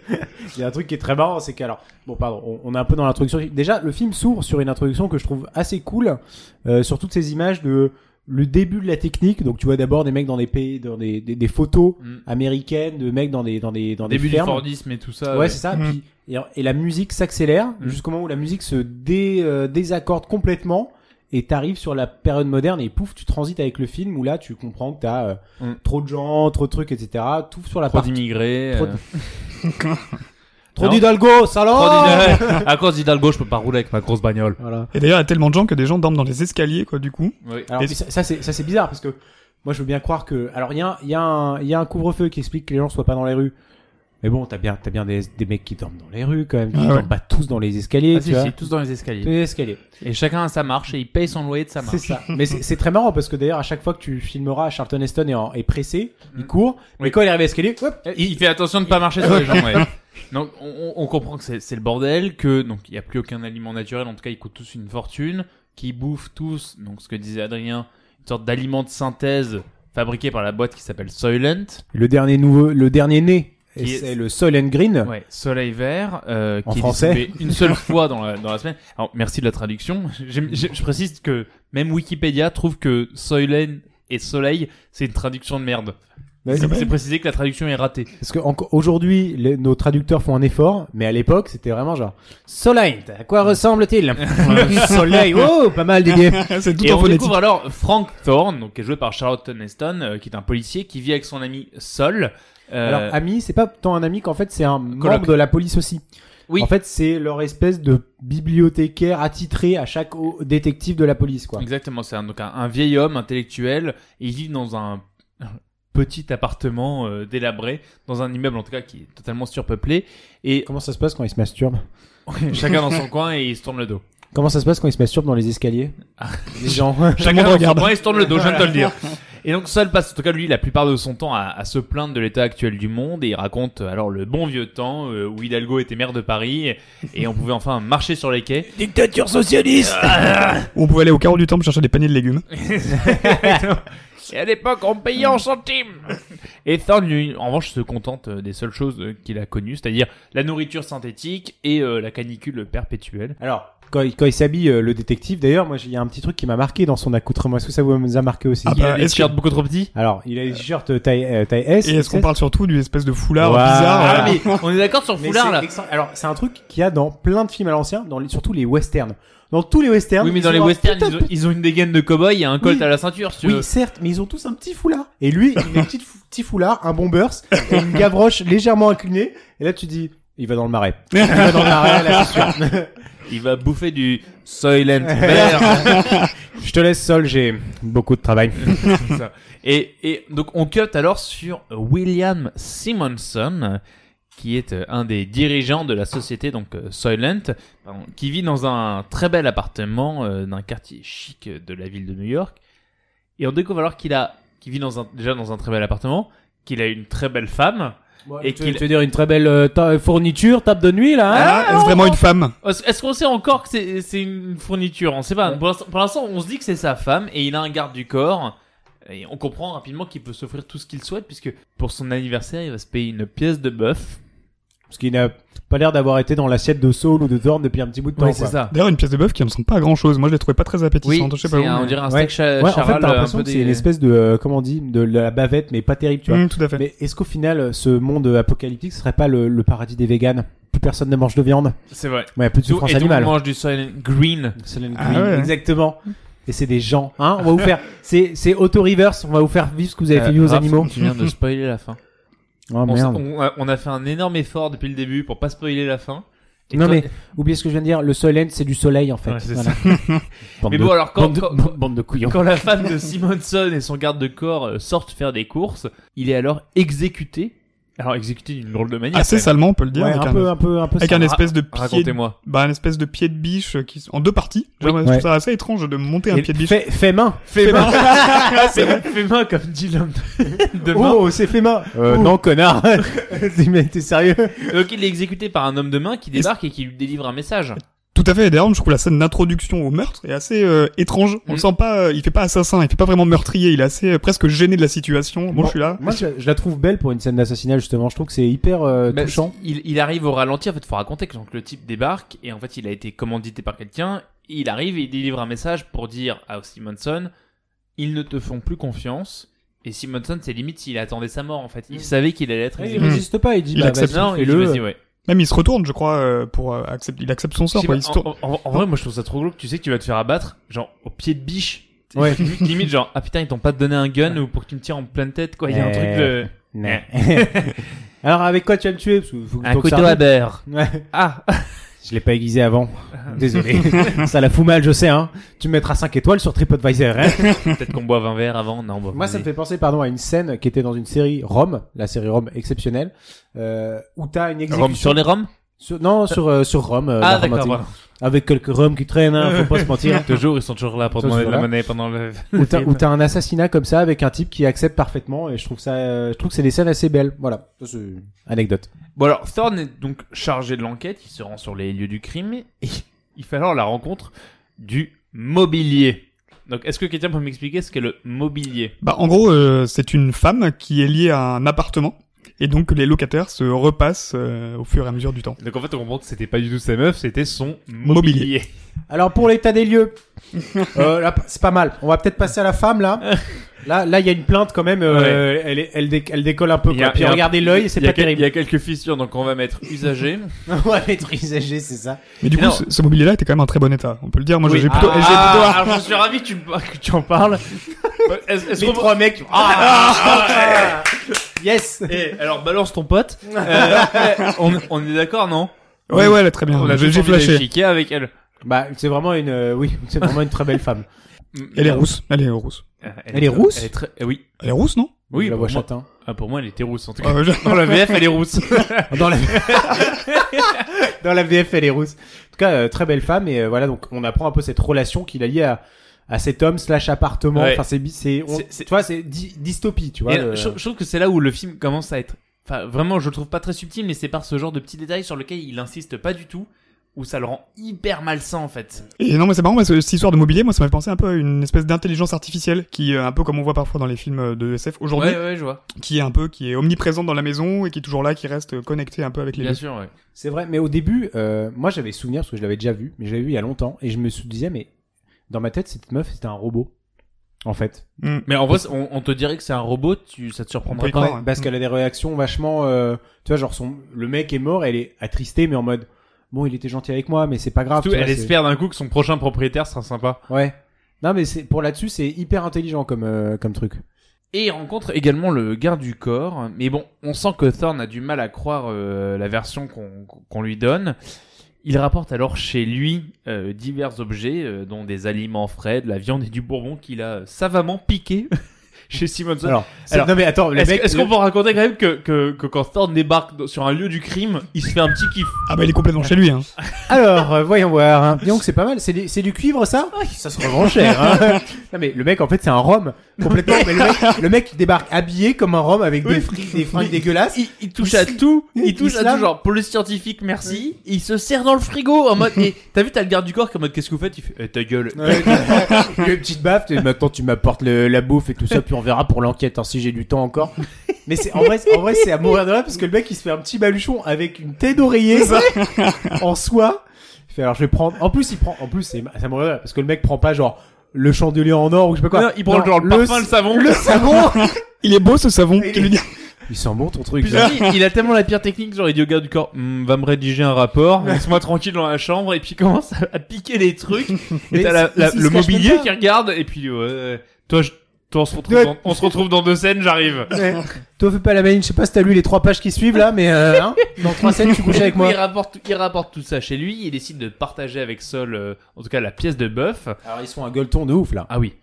[SPEAKER 2] il y a un truc qui est très marrant c'est qu'alors bon pardon on, on est un peu dans l'introduction déjà le film s'ouvre sur une introduction que je trouve assez cool euh, sur toutes ces images de le début de la technique donc tu vois d'abord des mecs dans des pays dans des, des, des photos
[SPEAKER 1] Mm.
[SPEAKER 2] américaines de mecs dans des dans des dans
[SPEAKER 1] Début
[SPEAKER 2] des
[SPEAKER 1] du
[SPEAKER 2] fermes.
[SPEAKER 1] Fordisme et tout ça.
[SPEAKER 2] ouais,
[SPEAKER 1] ouais.
[SPEAKER 2] c'est ça.
[SPEAKER 3] Mm.
[SPEAKER 2] Puis, et, et la musique s'accélère
[SPEAKER 1] Mm.
[SPEAKER 2] jusqu'au moment où la musique se dé- euh, désaccorde complètement et t'arrives sur la période moderne et pouf, tu transites avec le film où là tu comprends que t'as euh,
[SPEAKER 1] Mm.
[SPEAKER 2] trop de gens, trop de trucs, etc. Tout sur la
[SPEAKER 1] Trop
[SPEAKER 2] partie.
[SPEAKER 1] d'immigrés.
[SPEAKER 2] Trop
[SPEAKER 1] euh,
[SPEAKER 2] d- Trop
[SPEAKER 1] Non.
[SPEAKER 2] d'Hidalgo,
[SPEAKER 1] trop
[SPEAKER 2] salaud
[SPEAKER 1] d'immigrés. À cause d'Hidalgo, je peux pas rouler avec ma grosse bagnole.
[SPEAKER 2] Voilà.
[SPEAKER 3] Et d'ailleurs, il y a tellement de gens que des gens dorment dans les escaliers, quoi, du coup.
[SPEAKER 1] Oui.
[SPEAKER 2] Alors,
[SPEAKER 3] Et-
[SPEAKER 2] mais ça, ça, c'est ça, c'est bizarre parce que moi je veux bien croire que. Alors il y a, un- il y a un, il y a un couvre-feu qui explique que les gens soient pas dans les rues. Mais bon, t'as bien, t'as bien des, des mecs qui dorment dans les rues quand même, qui
[SPEAKER 3] Ah ouais.
[SPEAKER 2] dorment pas tous dans les
[SPEAKER 1] Ah,
[SPEAKER 2] escaliers, tu vois.
[SPEAKER 1] tous dans les escaliers.
[SPEAKER 2] Tous les escaliers.
[SPEAKER 1] Et chacun a sa marche et il paye son loyer de sa marche.
[SPEAKER 2] C'est ça. Mais c'est c'est très marrant parce que d'ailleurs, à chaque fois que tu filmeras, Charlton Heston est, en- est pressé, il
[SPEAKER 1] Mm.
[SPEAKER 2] court, mais
[SPEAKER 1] Oui.
[SPEAKER 2] quand il arrive à l'escalier, hop,
[SPEAKER 1] Il, il fait attention de pas marcher sur les gens. ouais. Donc on, on- on comprend que c'est c'est le bordel, que donc il y a plus aucun aliment naturel. En tout cas, ils coûtent tous une fortune, qu'ils bouffent tous. Donc ce que disait Adrien, une sorte d'aliment de synthèse fabriqué par la boîte qui s'appelle Soylent.
[SPEAKER 2] le dernier nouveau, le dernier né, et
[SPEAKER 1] Qui est-
[SPEAKER 2] c'est le Soylent Green.
[SPEAKER 1] Ouais, Soleil Vert, euh,
[SPEAKER 2] En
[SPEAKER 1] qui est
[SPEAKER 2] français.
[SPEAKER 1] distribué une seule fois dans la, dans la semaine. Alors, merci de la traduction. J'aime- j'ai- je précise que même Wikipédia trouve que Soylent et Soleil, c'est une traduction de merde.
[SPEAKER 2] Ouais,
[SPEAKER 1] C'est
[SPEAKER 2] c'est-
[SPEAKER 1] c'est précisé que la traduction est ratée.
[SPEAKER 2] Parce qu'aujourd'hui, nos traducteurs font un effort, mais à l'époque, c'était vraiment genre Soleil. À
[SPEAKER 1] Mm.
[SPEAKER 2] quoi ressemble-t-il Soleil. Oh, pas mal
[SPEAKER 1] Euh,
[SPEAKER 2] dégué.
[SPEAKER 3] c'est tout
[SPEAKER 1] Et
[SPEAKER 3] en
[SPEAKER 1] on
[SPEAKER 3] phonétique.
[SPEAKER 1] découvre alors Frank Thorne, donc, qui est joué par Charlton Heston, euh, qui est un policier qui vit avec son ami Sol. Euh,
[SPEAKER 2] Alors, ami, c'est pas tant un ami qu'en fait, c'est un membre
[SPEAKER 1] Coloc.
[SPEAKER 2] de la police aussi.
[SPEAKER 1] Oui.
[SPEAKER 2] En fait, c'est leur espèce de bibliothécaire attitré à chaque au- détective de la police, quoi.
[SPEAKER 1] Exactement, c'est un, donc un, un vieil homme intellectuel. Et il vit dans un petit appartement euh, délabré, dans un immeuble en tout cas qui est totalement surpeuplé. Et
[SPEAKER 2] Comment ça se passe quand il se masturbe
[SPEAKER 1] chacun dans son coin et il se tourne le dos.
[SPEAKER 2] Comment ça se passe quand ils se masturbent dans les escaliers
[SPEAKER 1] Ah.
[SPEAKER 2] Les gens.
[SPEAKER 3] Tout le monde
[SPEAKER 1] Chacun dans son
[SPEAKER 3] regarde.
[SPEAKER 1] coin et se tourne le dos, je viens de te le dire. Et donc Sol passe, en tout cas lui, la plupart de son temps à, à se plaindre de l'état actuel du monde et il raconte euh, alors le bon vieux temps euh, où Hidalgo était maire de Paris et, et on pouvait enfin marcher sur les quais.
[SPEAKER 5] Dictature socialiste
[SPEAKER 3] Où on pouvait aller au carreau du temple chercher des paniers de légumes.
[SPEAKER 1] Et à l'époque, on payait en centimes. Et Thorne, lui, en revanche, se contente euh, des seules choses euh, qu'il a connues, c'est-à-dire la nourriture synthétique et euh, la canicule perpétuelle.
[SPEAKER 2] Alors, quand il, quand il s'habille, euh, le détective, d'ailleurs, moi, j'ai- il y a un petit truc qui m'a marqué dans son accoutrement. Est-ce que ça vous a marqué aussi
[SPEAKER 3] Ah
[SPEAKER 1] Il
[SPEAKER 3] bah,
[SPEAKER 1] a des
[SPEAKER 3] est-ce que-
[SPEAKER 1] t-shirts beaucoup trop petits.
[SPEAKER 2] Alors, il a des t-shirts euh, taille, euh, taille S.
[SPEAKER 3] Et est-ce qu'on
[SPEAKER 2] XS?
[SPEAKER 3] parle surtout du espèce de foulard
[SPEAKER 2] Waouh.
[SPEAKER 3] bizarre
[SPEAKER 1] Ah,
[SPEAKER 3] euh,
[SPEAKER 1] mais on est d'accord sur
[SPEAKER 2] Mais
[SPEAKER 1] foulard
[SPEAKER 2] c'est
[SPEAKER 1] là.
[SPEAKER 2] extra- Alors, c'est un truc qu'il y a dans plein de films à l'ancien, dans les- surtout les westerns. dans tous les westerns.
[SPEAKER 1] Oui, mais
[SPEAKER 2] Hein, ils
[SPEAKER 1] dans
[SPEAKER 2] ont
[SPEAKER 1] les
[SPEAKER 2] un
[SPEAKER 1] westerns,
[SPEAKER 2] putain
[SPEAKER 1] ils
[SPEAKER 2] de
[SPEAKER 1] ont, ils ont une dégaine de cow-boy et un colt
[SPEAKER 2] Oui.
[SPEAKER 1] à la ceinture, si tu
[SPEAKER 2] Oui,
[SPEAKER 1] veux.
[SPEAKER 2] certes, mais ils ont tous un petit foulard. Et lui, il a un petit, fou- petit foulard, un bon burst, et une gavroche légèrement inclinée. Et là, tu dis, il va dans le marais. Il va dans le marais, là, c'est sûr.
[SPEAKER 1] Il va bouffer du Soylent vert.
[SPEAKER 2] Je te laisse seul, j'ai beaucoup de travail.
[SPEAKER 1] C'est ça. Et, et donc on cut alors sur William Simonson, qui est euh, un des dirigeants de la société donc euh, Soylent, pardon, qui vit dans un très bel appartement euh, d'un quartier chic euh, de la ville de New York. Et on découvre alors qu'il a, qu'il vit dans un, déjà dans un très bel appartement, qu'il a une très belle femme.
[SPEAKER 2] et
[SPEAKER 1] Et
[SPEAKER 2] tu,
[SPEAKER 1] qu'il-
[SPEAKER 2] tu veux dire une très belle euh, ta- fourniture, table de nuit, là, hein
[SPEAKER 3] Ah, est-ce vraiment une femme
[SPEAKER 1] Est-ce est-ce qu'on sait encore que c'est- c'est une fourniture On sait pas. Pour l'instant- pour l'instant, on se dit que c'est sa femme et il a un garde du corps. Et on comprend rapidement qu'il peut s'offrir tout ce qu'il souhaite puisque pour son anniversaire, il va se payer une pièce de bœuf.
[SPEAKER 2] Parce qu'il n'a pas l'air d'avoir été dans l'assiette de Saul ou de Thorne depuis un petit bout de temps.
[SPEAKER 1] Oui, c'est
[SPEAKER 2] quoi.
[SPEAKER 1] ça.
[SPEAKER 3] D'ailleurs, une pièce de bœuf qui ne me semble pas à grand chose. Moi, je l'ai trouvée pas très
[SPEAKER 1] Oui,
[SPEAKER 3] appétissante. je sais pas
[SPEAKER 1] c'est
[SPEAKER 3] où.
[SPEAKER 1] un- on
[SPEAKER 3] mais-
[SPEAKER 1] dirait un
[SPEAKER 2] Ouais.
[SPEAKER 1] steak cha-
[SPEAKER 2] Ouais, en fait,
[SPEAKER 1] charal, euh,
[SPEAKER 2] t'as
[SPEAKER 1] un
[SPEAKER 2] l'impression
[SPEAKER 1] peu
[SPEAKER 2] que
[SPEAKER 1] des-
[SPEAKER 2] c'est une espèce de, euh, comment on dit, de la bavette, mais pas terrible, tu vois.
[SPEAKER 3] Mmh, tout à fait.
[SPEAKER 2] Mais est-ce qu'au final, ce monde euh, apocalyptique serait pas le, le paradis des véganes Plus personne ne mange de viande.
[SPEAKER 1] C'est vrai.
[SPEAKER 2] Ouais, plus de
[SPEAKER 1] Tout-
[SPEAKER 2] souffrance
[SPEAKER 1] et tout le monde
[SPEAKER 2] animale.
[SPEAKER 1] mange du soil green.
[SPEAKER 2] Soylent
[SPEAKER 3] Ah
[SPEAKER 2] Green,
[SPEAKER 3] ouais.
[SPEAKER 2] Exactement. Et c'est des gens, hein. On va vous faire, c'est, c'est auto-reverse. On va vous faire vivre ce que vous avez fait vivre aux
[SPEAKER 1] Raph,
[SPEAKER 2] animaux.
[SPEAKER 1] Tu viens de spoiler la fin.
[SPEAKER 2] Oh
[SPEAKER 1] Euh, on, s-
[SPEAKER 2] merde.
[SPEAKER 1] on a, on a fait un énorme effort depuis le début pour pas spoiler la fin. Et
[SPEAKER 2] Non,
[SPEAKER 1] toi-
[SPEAKER 2] mais oubliez ce que je viens de dire. Le soleil, c'est du soleil en fait.
[SPEAKER 1] Ouais, c'est
[SPEAKER 2] Voilà. Bande
[SPEAKER 1] mais
[SPEAKER 2] de-
[SPEAKER 1] bon alors quand,
[SPEAKER 2] bande, de-
[SPEAKER 1] quand-
[SPEAKER 2] bande- bande de couillons.
[SPEAKER 1] Quand la femme de Simonson et son garde de corps euh, sortent faire des courses, il est alors exécuté. Alors exécuté d'une drôle de manière.
[SPEAKER 2] Ah,
[SPEAKER 3] Assez
[SPEAKER 1] quand même.
[SPEAKER 3] salement, on peut le dire.
[SPEAKER 2] Ouais,
[SPEAKER 3] avec
[SPEAKER 2] un
[SPEAKER 3] un,
[SPEAKER 2] peu, un peu, un peu.
[SPEAKER 3] avec
[SPEAKER 2] ça.
[SPEAKER 3] un
[SPEAKER 1] ra-
[SPEAKER 3] espèce de pied, de-
[SPEAKER 1] Racontez-moi.
[SPEAKER 3] bah, un espèce de pied de biche euh, qui s- en deux parties. Genre, Je
[SPEAKER 2] Ouais.
[SPEAKER 3] trouve ça assez étrange de monter un
[SPEAKER 2] Et
[SPEAKER 3] pied de biche.
[SPEAKER 2] Fais, fais main.
[SPEAKER 1] Fais main. Fais- Fais main comme dit l'homme de- de main.
[SPEAKER 2] Oh, c'est fait main. Euh, non, connard. Mais T'es sérieux
[SPEAKER 1] Donc il est exécuté par un homme de main qui débarque et qui lui délivre un message.
[SPEAKER 3] Tout à fait. Et D'ailleurs, je trouve la scène d'introduction au meurtre est assez euh, étrange. On
[SPEAKER 1] Mm.
[SPEAKER 3] le sent pas. euh, il fait pas assassin. Il fait pas vraiment meurtrier. Il est assez euh, presque gêné de la situation. Bon,
[SPEAKER 2] Bon,
[SPEAKER 3] je suis là.
[SPEAKER 2] Moi, je, je la trouve belle pour une scène d'assassinat justement. Je trouve que c'est hyper euh,
[SPEAKER 1] Bah,
[SPEAKER 2] touchant.
[SPEAKER 1] il, il arrive au ralenti. En fait, faut raconter que donc, le type débarque et en fait il a été commandité par quelqu'un. Il arrive et il délivre un message pour dire à Simonson ils ne te font plus confiance. Et Simonson, c'est limite s'il attendait sa mort en fait. Il savait qu'il allait être
[SPEAKER 2] Il
[SPEAKER 1] exécuté.
[SPEAKER 2] résiste pas. Il dit
[SPEAKER 3] Il
[SPEAKER 2] bah,
[SPEAKER 3] accepte.
[SPEAKER 2] vas-y,
[SPEAKER 1] Non, il
[SPEAKER 2] fais-le.
[SPEAKER 1] vas-y, ouais.
[SPEAKER 3] Même il se retourne, je crois, euh, pour euh, accepter. Il accepte son
[SPEAKER 1] Je
[SPEAKER 3] sort.
[SPEAKER 1] sais
[SPEAKER 3] quoi.
[SPEAKER 1] pas,
[SPEAKER 3] Il se tourne.
[SPEAKER 1] en, en- en vrai, moi je trouve ça trop glauque. Tu sais que tu vas te faire abattre, genre au pied de biche.
[SPEAKER 2] Ouais.
[SPEAKER 1] Limite, genre, ah putain, ils t'ont pas donné un gun ou pour que tu me tires en pleine tête, quoi. Il y a un
[SPEAKER 2] Eh,
[SPEAKER 1] truc de.
[SPEAKER 2] Non. Alors avec quoi tu vas me tuer Parce que faut que faut que ça arrive.
[SPEAKER 1] beurre.
[SPEAKER 2] Ouais.
[SPEAKER 1] Ah
[SPEAKER 2] Je l'ai pas aiguisé avant. Désolé. ça la fout mal, je sais. Hein. Tu me mettras 5 étoiles sur TripAdvisor. Hein.
[SPEAKER 1] Peut-être qu'on boive un verre avant. Non, bon,
[SPEAKER 2] Moi, ça me fait penser, pardon, à une scène qui était dans une série Rome, la série Rome exceptionnelle, euh, où t'as une exécution.
[SPEAKER 1] Rome sur les roms
[SPEAKER 2] Sur- non, sur euh, sur Rome. euh, la
[SPEAKER 1] Ah,
[SPEAKER 2] Rome
[SPEAKER 1] d'accord.
[SPEAKER 2] antique.
[SPEAKER 1] voilà.
[SPEAKER 2] Avec quelques Roms qui traînent, hein, faut pas se mentir.
[SPEAKER 1] Toujours, ils sont toujours là pour
[SPEAKER 2] Ça,
[SPEAKER 1] demander
[SPEAKER 2] c'est
[SPEAKER 1] de la
[SPEAKER 2] vrai.
[SPEAKER 1] monnaie pendant le.
[SPEAKER 2] où t'as où t'as un assassinat comme ça avec un type qui accepte parfaitement, et je trouve ça, euh, je trouve que c'est des scènes assez belles. Voilà, Ça, c'est une anecdote.
[SPEAKER 1] Bon, alors, Thorne est donc chargé de l'enquête. Il se rend sur les lieux du crime et il fait alors la rencontre du mobilier. Donc, est-ce que quelqu'un peut m'expliquer ce qu'est le mobilier
[SPEAKER 3] Bah, en gros, euh, c'est une femme qui est liée à un appartement. Et donc, les locataires se repassent euh, au fur et à mesure du temps.
[SPEAKER 1] Donc en fait, on comprend que c'était pas du tout sa meuf, c'était son
[SPEAKER 3] Mobilier.
[SPEAKER 1] mobilier.
[SPEAKER 2] Alors pour l'état des lieux, euh, là, c'est pas mal. On va peut-être passer à la femme là. Là, là, il y a une plainte quand même. euh, Elle, est- elle, déc- elle décolle un peu.
[SPEAKER 1] Il y a-
[SPEAKER 2] Quoi. Puis
[SPEAKER 1] il y a-
[SPEAKER 2] regardez l'œil, c'est
[SPEAKER 1] Il y a
[SPEAKER 2] pas
[SPEAKER 1] quel- Il
[SPEAKER 2] terrible.
[SPEAKER 1] y a quelques fissures, donc on va mettre usagé.
[SPEAKER 2] On va être usagé, c'est ça.
[SPEAKER 3] Mais du
[SPEAKER 1] Non.
[SPEAKER 3] coup, ce, ce mobilier-là était quand même en très bon état. On peut le dire. Moi, j'ai plutôt, j'ai plutôt
[SPEAKER 1] Ah, alors je suis ravi que tu, me par- que tu en parles. Est-ce- est-ce qu'on- Ah
[SPEAKER 2] mecs. ah yes.
[SPEAKER 1] Eh, alors balance ton pote. Euh, eh, on, on est d'accord, non
[SPEAKER 3] Ouais, ouais, elle est très bien.
[SPEAKER 1] On a
[SPEAKER 3] J'ai
[SPEAKER 1] tous
[SPEAKER 3] j'ai
[SPEAKER 1] envie
[SPEAKER 3] flashé.
[SPEAKER 1] d'échiquer avec elle.
[SPEAKER 2] Bah, c'est vraiment une, euh, oui, c'est vraiment une très belle femme.
[SPEAKER 3] Elle est rousse. Elle est rousse.
[SPEAKER 1] Euh, Elle,
[SPEAKER 2] Elle est rousse
[SPEAKER 1] Elle est très... eh Oui.
[SPEAKER 3] Elle est rousse, non
[SPEAKER 1] Oui,
[SPEAKER 2] Je la
[SPEAKER 1] pour
[SPEAKER 2] voix
[SPEAKER 1] moi,
[SPEAKER 2] châtain.
[SPEAKER 1] ah, pour moi, elle était rousse en tout cas.
[SPEAKER 3] Euh, je-
[SPEAKER 1] Dans la VF, elle est rousse.
[SPEAKER 2] Dans la, dans la VF, elle est rousse. En tout cas, euh, très belle femme et euh, voilà, donc on apprend un peu cette relation qu'il a liée à, à cet homme slash appartement.
[SPEAKER 1] Ouais.
[SPEAKER 2] Enfin, c'est, bi- c'est, on-
[SPEAKER 1] C'est- c'est-
[SPEAKER 2] tu vois, c'est dy- dystopie, tu vois.
[SPEAKER 1] Et euh,
[SPEAKER 2] le-
[SPEAKER 1] je, je trouve que c'est là où le film commence à être. Enfin, vraiment, je le trouve pas très subtil, mais c'est par ce genre de petits détails sur lequel il insiste pas du tout, où ça le rend hyper malsain en fait.
[SPEAKER 3] Et non, mais c'est marrant parce que cette histoire de mobilier, moi, ça m'a fait penser un peu à une espèce d'intelligence artificielle qui, euh, un peu comme on voit parfois dans les films euh, de SF aujourd'hui,
[SPEAKER 1] ouais, ouais, je vois.
[SPEAKER 3] qui est un peu, qui est omniprésente dans la maison et qui est toujours là, qui reste connectée un peu avec les.
[SPEAKER 1] Bien sûr, ouais.
[SPEAKER 2] C'est vrai, mais au début, euh, moi j'avais souvenir, parce que je l'avais déjà vu, mais je l'avais vu il y a longtemps, et je me sou- disais, mais dans ma tête, cette meuf, c'était un robot. En fait.
[SPEAKER 1] Mais en vrai, c'est- on, on te dirait que c'est un robot, tu, ça te surprendrait
[SPEAKER 3] Oui,
[SPEAKER 1] pas.
[SPEAKER 3] Ouais,
[SPEAKER 2] Parce qu'elle a des réactions vachement. euh, tu vois, genre, son, le mec est mort, elle est attristée, mais en mode. bon, il était gentil avec moi, mais c'est pas grave.
[SPEAKER 1] Surtout,
[SPEAKER 2] tu vois,
[SPEAKER 1] elle
[SPEAKER 2] Ah, c'est-
[SPEAKER 1] espère d'un coup que son prochain propriétaire sera sympa.
[SPEAKER 2] Ouais. Non, mais c'est pour là-dessus, c'est hyper intelligent comme euh, comme truc.
[SPEAKER 1] Et il rencontre également le garde du corps. Mais bon, on sent que Thorne a du mal à croire euh, la version qu'on qu'on lui donne. Il rapporte alors chez lui euh, divers objets, euh, dont des aliments frais, de la viande et du bourbon qu'il a savamment piqué chez Simonson.
[SPEAKER 2] Alors, c'est-
[SPEAKER 1] alors,
[SPEAKER 2] non mais attends, le
[SPEAKER 1] Est-ce
[SPEAKER 2] mec,
[SPEAKER 1] est-ce
[SPEAKER 2] le-
[SPEAKER 1] qu'on peut raconter quand même que, que, que quand Thorne débarque dans- sur un lieu du crime, il se fait un petit kiff
[SPEAKER 3] Ah bah il est complètement chez lui. Hein.
[SPEAKER 2] Alors, euh, voyons voir. Hein. Dis donc, c'est pas mal. C'est du, c'est du cuivre, ça Ça se revend cher. hein. non, mais le mec, en fait, c'est un rhum. Complètement. Mais le, mec, le mec, il débarque habillé comme un rhum avec des, fri- des fringues dégueulasses.
[SPEAKER 1] il, il touche à tout, il
[SPEAKER 2] Ah, il
[SPEAKER 1] touche
[SPEAKER 2] se
[SPEAKER 1] à
[SPEAKER 2] lave.
[SPEAKER 1] tout, genre police scientifique, merci. Il se serre dans le frigo en mode. et T'as vu, t'as le garde du corps qui est en mode qu'est-ce que vous faites Il fait eh, ta gueule.
[SPEAKER 2] Ouais, tu- tu- une petite baffe. Et maintenant, tu m'apportes le- la bouffe et tout ça. Puis on verra pour l'enquête hein, si j'ai du temps encore. Mais c'est en vrai, c'est- en vrai, c'est à mourir de rire parce que le mec, il se fait un petit baluchon avec une tête d'oreiller en soie. Il fait, alors, je vais prendre. En plus, il prend. En plus, c'est c'est à mourir de rire parce que le mec prend pas genre le chandelier en or ou je sais pas quoi.
[SPEAKER 1] Non, il prend
[SPEAKER 2] Non,
[SPEAKER 1] genre le parfum, le savon.
[SPEAKER 2] le savon.
[SPEAKER 3] Il est beau ce savon.
[SPEAKER 2] Il
[SPEAKER 3] tu
[SPEAKER 2] est-
[SPEAKER 3] veux dire.
[SPEAKER 2] Il sent bon ton truc.
[SPEAKER 1] Puis
[SPEAKER 2] là.
[SPEAKER 1] lui, il a tellement la pire technique, genre il dit au garde du corps, Hum, va me rédiger un rapport, laisse-moi tranquille dans la chambre, et puis il commence à piquer les trucs. et
[SPEAKER 2] Mais
[SPEAKER 1] t'as la-
[SPEAKER 2] il-
[SPEAKER 1] la-
[SPEAKER 2] il se
[SPEAKER 1] le
[SPEAKER 2] cache même
[SPEAKER 1] mobilier
[SPEAKER 2] pas.
[SPEAKER 1] qui regarde, et puis ouais, toi, je- toi on se retrouve,
[SPEAKER 2] Ouais.
[SPEAKER 1] dans, on se retrouve dans deux scènes, j'arrive.
[SPEAKER 2] Ouais. Toi, fais pas la maline. Je sais pas si t'as lu les trois pages qui suivent là, mais euh, hein, dans trois scènes, tu couches avec moi.
[SPEAKER 1] Il rapporte, il rapporte tout ça chez lui, il décide de partager avec Sol, euh, en tout cas la pièce de bœuf.
[SPEAKER 2] Alors ils sont un gueuleton de ouf là.
[SPEAKER 1] Ah oui.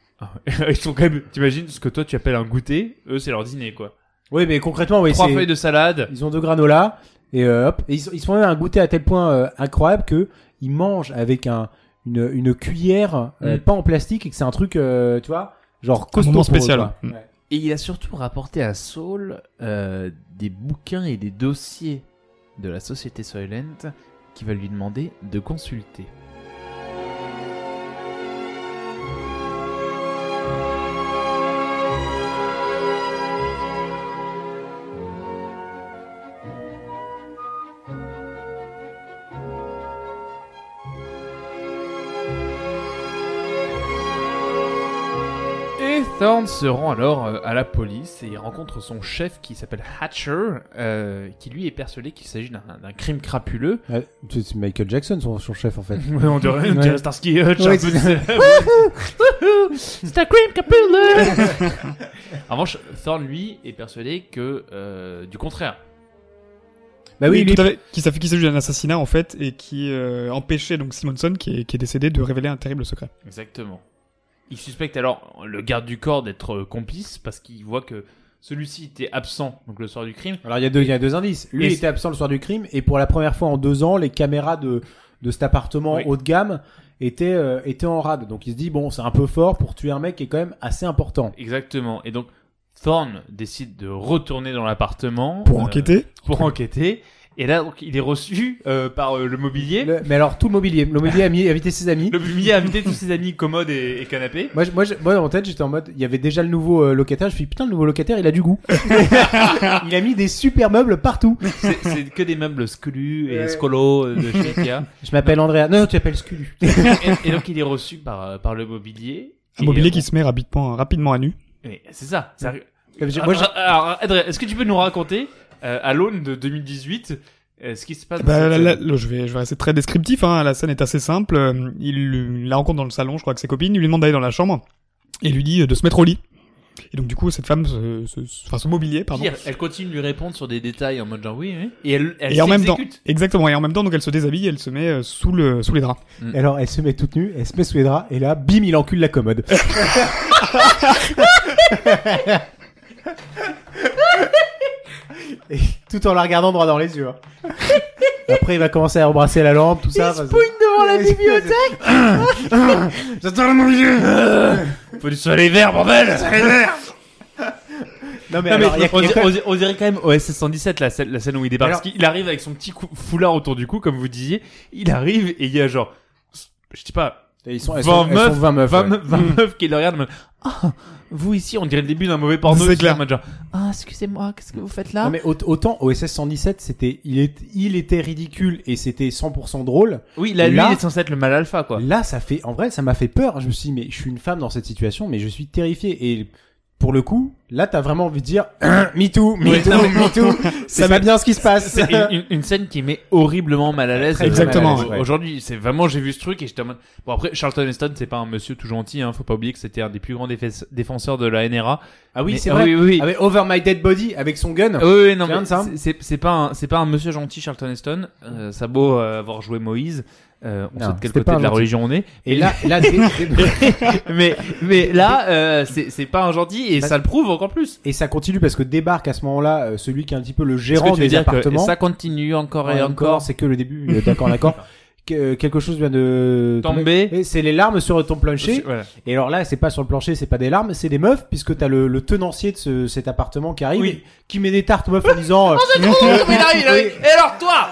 [SPEAKER 1] Ils sont quand même, t'imagines ce que toi tu appelles un goûter, eux c'est leur dîner quoi.
[SPEAKER 2] Oui, mais concrètement, oui,
[SPEAKER 1] Trois
[SPEAKER 2] c'est-
[SPEAKER 1] feuilles de salade.
[SPEAKER 2] ils ont deux granola et euh, hop, et ils, sont- ils sont même à un goûter à tel point euh, incroyable que ils mangent avec un une, une cuillère euh,
[SPEAKER 1] Mm.
[SPEAKER 2] pas en plastique et que c'est un truc, euh, tu vois, genre costaud
[SPEAKER 3] moment
[SPEAKER 2] pour eux,
[SPEAKER 3] spécial.
[SPEAKER 2] quoi.
[SPEAKER 3] Mm.
[SPEAKER 2] Ouais.
[SPEAKER 1] Et il a surtout rapporté à Saul euh, des bouquins et des dossiers de la société Soylent qui va lui demander de consulter. Et Thorne se rend alors euh, à la police et il rencontre son chef qui s'appelle Hatcher, euh, qui lui est persuadé qu'il s'agit d'un d'un crime crapuleux.
[SPEAKER 2] Ouais, c'est c'est Michael Jackson son, son chef en fait.
[SPEAKER 1] on dirait,
[SPEAKER 2] on dirait
[SPEAKER 3] euh,
[SPEAKER 1] Starsky
[SPEAKER 2] un peu
[SPEAKER 1] C'est un crime crapuleux En revanche, Thorne, lui, est persuadé que euh, du contraire.
[SPEAKER 2] bah oui,
[SPEAKER 3] Ah Oui,
[SPEAKER 2] lui,
[SPEAKER 3] tout à fait. Qui s'affi- qui s'agit d'un assassinat en fait et qui euh, empêchait donc Simonson qui est, qui est décédé de révéler un terrible secret.
[SPEAKER 1] Exactement. Il suspecte alors le garde du corps d'être euh, complice parce qu'il voit que celui-ci était absent donc le soir du crime.
[SPEAKER 2] Alors il y a deux, il y a deux indices. Lui
[SPEAKER 1] Et
[SPEAKER 2] il
[SPEAKER 1] c'est-
[SPEAKER 2] était absent le soir du crime et pour la première fois en deux ans, les caméras de de cet appartement
[SPEAKER 1] Oui.
[SPEAKER 2] haut de gamme étaient euh, étaient en rade. Donc il se dit bon, c'est un peu fort pour tuer un mec qui est quand même assez important.
[SPEAKER 1] Exactement. Et donc Thorne décide de retourner dans l'appartement
[SPEAKER 3] Pour
[SPEAKER 1] euh,
[SPEAKER 3] enquêter.
[SPEAKER 1] Pour enquêter. Et là donc il est reçu euh, par euh, le mobilier. Le...
[SPEAKER 2] Le- mais alors tout le mobilier, le mobilier a, mis, a invité ses amis.
[SPEAKER 1] mobilier a invité tous ses amis commodes et, et canapés.
[SPEAKER 2] Moi, je- moi, je- moi, en tête, j'étais en mode, il y avait déjà le nouveau euh, locataire. Je me suis dit, putain, le nouveau locataire, il a du goût. il a mis des super meubles partout.
[SPEAKER 1] C'est- C'est que des meubles scolu et scolo euh, de chez Ikea.
[SPEAKER 2] Je m'appelle Andrea. Non, tu t'appelles Sculu.
[SPEAKER 1] et, et donc il est reçu par euh, par le mobilier.
[SPEAKER 3] Un
[SPEAKER 1] Et,
[SPEAKER 3] mobilier
[SPEAKER 1] euh,
[SPEAKER 3] qui se met rapidement, rapidement à nu.
[SPEAKER 1] mais C'est ça. ça...
[SPEAKER 2] Moi, j'ai-
[SPEAKER 1] Ah, ah, alors, Adrien, est-ce que tu peux nous raconter, euh, à l'aune de 2018, euh, ce qui se passe dans
[SPEAKER 3] Bah,
[SPEAKER 1] cette
[SPEAKER 3] là,
[SPEAKER 1] scène
[SPEAKER 3] là, là, je, vais, je vais rester très descriptif, hein. la scène est assez simple. Euh, Il, lui- il la rencontre dans le salon, je crois, avec ses copines, il lui demande d'aller dans la chambre, et il lui dit euh, de se mettre au lit. Et donc du coup, cette femme, se, se- se- enfin son mobilier, pardon.
[SPEAKER 1] Pire, elle continue de lui répondre sur des détails en mode genre oui, oui. Et elle, elle
[SPEAKER 3] Et en même temps,
[SPEAKER 1] s'exécute.
[SPEAKER 3] exactement, et en même temps, donc elle se déshabille, et elle se met euh, sous, le, sous les draps.
[SPEAKER 2] Et alors, elle se met toute nue, elle se met sous les draps, et là, bim, il encule la commode. et tout en la regardant droit dans les yeux. hein. Après, il va commencer à embrasser la lampe, tout ça. Il devant la bibliothèque
[SPEAKER 1] Faut du soleil vert, bordel
[SPEAKER 2] Non, mais,
[SPEAKER 1] Non, mais
[SPEAKER 2] alors, il y a-
[SPEAKER 1] on,
[SPEAKER 2] il y
[SPEAKER 1] dirait,
[SPEAKER 2] a quand même-
[SPEAKER 1] on dirait- on dirait quand même OSS 117, la scène, la scène où il débarque.
[SPEAKER 2] Alors-
[SPEAKER 1] parce qu'il arrive avec son petit cou- foulard autour du cou, comme vous disiez. Il arrive et il y a genre, je dis pas,
[SPEAKER 2] Ils sont,
[SPEAKER 1] 20
[SPEAKER 2] elles sont, elles sont
[SPEAKER 1] meufs,
[SPEAKER 2] 20 meufs.
[SPEAKER 1] 20,
[SPEAKER 2] ouais.
[SPEAKER 1] meufs- 20 meufs qui le regardent. en mode, Ah, vous ici, on dirait le début d'un mauvais porno.
[SPEAKER 3] C'est
[SPEAKER 1] Ils sont
[SPEAKER 3] clair.
[SPEAKER 1] en mode genre,
[SPEAKER 8] Ah, excusez-moi, qu'est-ce que vous faites là
[SPEAKER 2] Non, mais au- autant OSS 117, c'était, il, est, il était ridicule et c'était 100% drôle.
[SPEAKER 1] oui, là, lui,
[SPEAKER 2] Là-
[SPEAKER 1] il est censé être le mal alpha, quoi.
[SPEAKER 2] Là, ça fait, en vrai, ça m'a fait peur. Je me suis dit, mais je suis une femme dans cette situation, mais je suis terrifié. Et pour le coup, là, t'as vraiment envie de dire, me too, me
[SPEAKER 1] Ouais,
[SPEAKER 2] too,
[SPEAKER 1] non, mais-
[SPEAKER 2] me too, c'est pas bien ce qui se passe.
[SPEAKER 1] C'est une, une- une scène qui met horriblement mal à l'aise.
[SPEAKER 2] Très
[SPEAKER 3] Exactement,
[SPEAKER 1] Euh,
[SPEAKER 2] ouais.
[SPEAKER 1] Aujourd'hui, c'est vraiment, j'ai vu ce truc et j'étais en mode- Bon, après, Charlton Heston, c'est pas un monsieur tout gentil, hein. Faut pas oublier que c'était un des plus grands défes- défenseurs de la NRA.
[SPEAKER 2] Ah
[SPEAKER 1] Mais-
[SPEAKER 2] oui, c'est
[SPEAKER 1] ah
[SPEAKER 2] vrai.
[SPEAKER 1] Oui, oui.
[SPEAKER 2] Ah oui, Over My Dead Body avec son gun.
[SPEAKER 1] Ah oui, oui, non,
[SPEAKER 2] C'est
[SPEAKER 1] mais
[SPEAKER 2] un de ça.
[SPEAKER 1] c'est- c'est c'est pas un, c'est pas un monsieur gentil, Charlton Heston. Euh, ça a beau euh, avoir joué Moïse. euh, on
[SPEAKER 2] Non,
[SPEAKER 1] sait de quel
[SPEAKER 2] c'était
[SPEAKER 1] côté
[SPEAKER 2] pas
[SPEAKER 1] de la
[SPEAKER 2] gentil.
[SPEAKER 1] religion on est.
[SPEAKER 2] Et là, là, dé- dé-
[SPEAKER 1] mais, mais là, euh, c'est c'est pas un gentil et
[SPEAKER 2] Parce-
[SPEAKER 1] ça le prouve encore plus.
[SPEAKER 2] et ça continue parce que débarque à ce moment-là euh, celui qui est un petit peu le
[SPEAKER 1] Est-ce que
[SPEAKER 2] gérant
[SPEAKER 1] tu veux
[SPEAKER 2] des
[SPEAKER 1] dire que-
[SPEAKER 2] appartements.
[SPEAKER 1] et ça continue encore et
[SPEAKER 2] Ouais,
[SPEAKER 1] encore.
[SPEAKER 2] c'est que le début. euh, D'accord, d'accord. Que- euh, quelque chose vient de
[SPEAKER 1] Tomber.
[SPEAKER 2] Et C'est les larmes sur ton plancher.
[SPEAKER 1] Voilà.
[SPEAKER 2] Et alors là, c'est pas sur le plancher, c'est pas des larmes, c'est des meufs, puisque t'as le, le tenancier de ce, cet appartement qui arrive,
[SPEAKER 1] Oui. Oh,
[SPEAKER 2] qui met des tartes aux meufs en disant. euh,
[SPEAKER 1] Et alors toi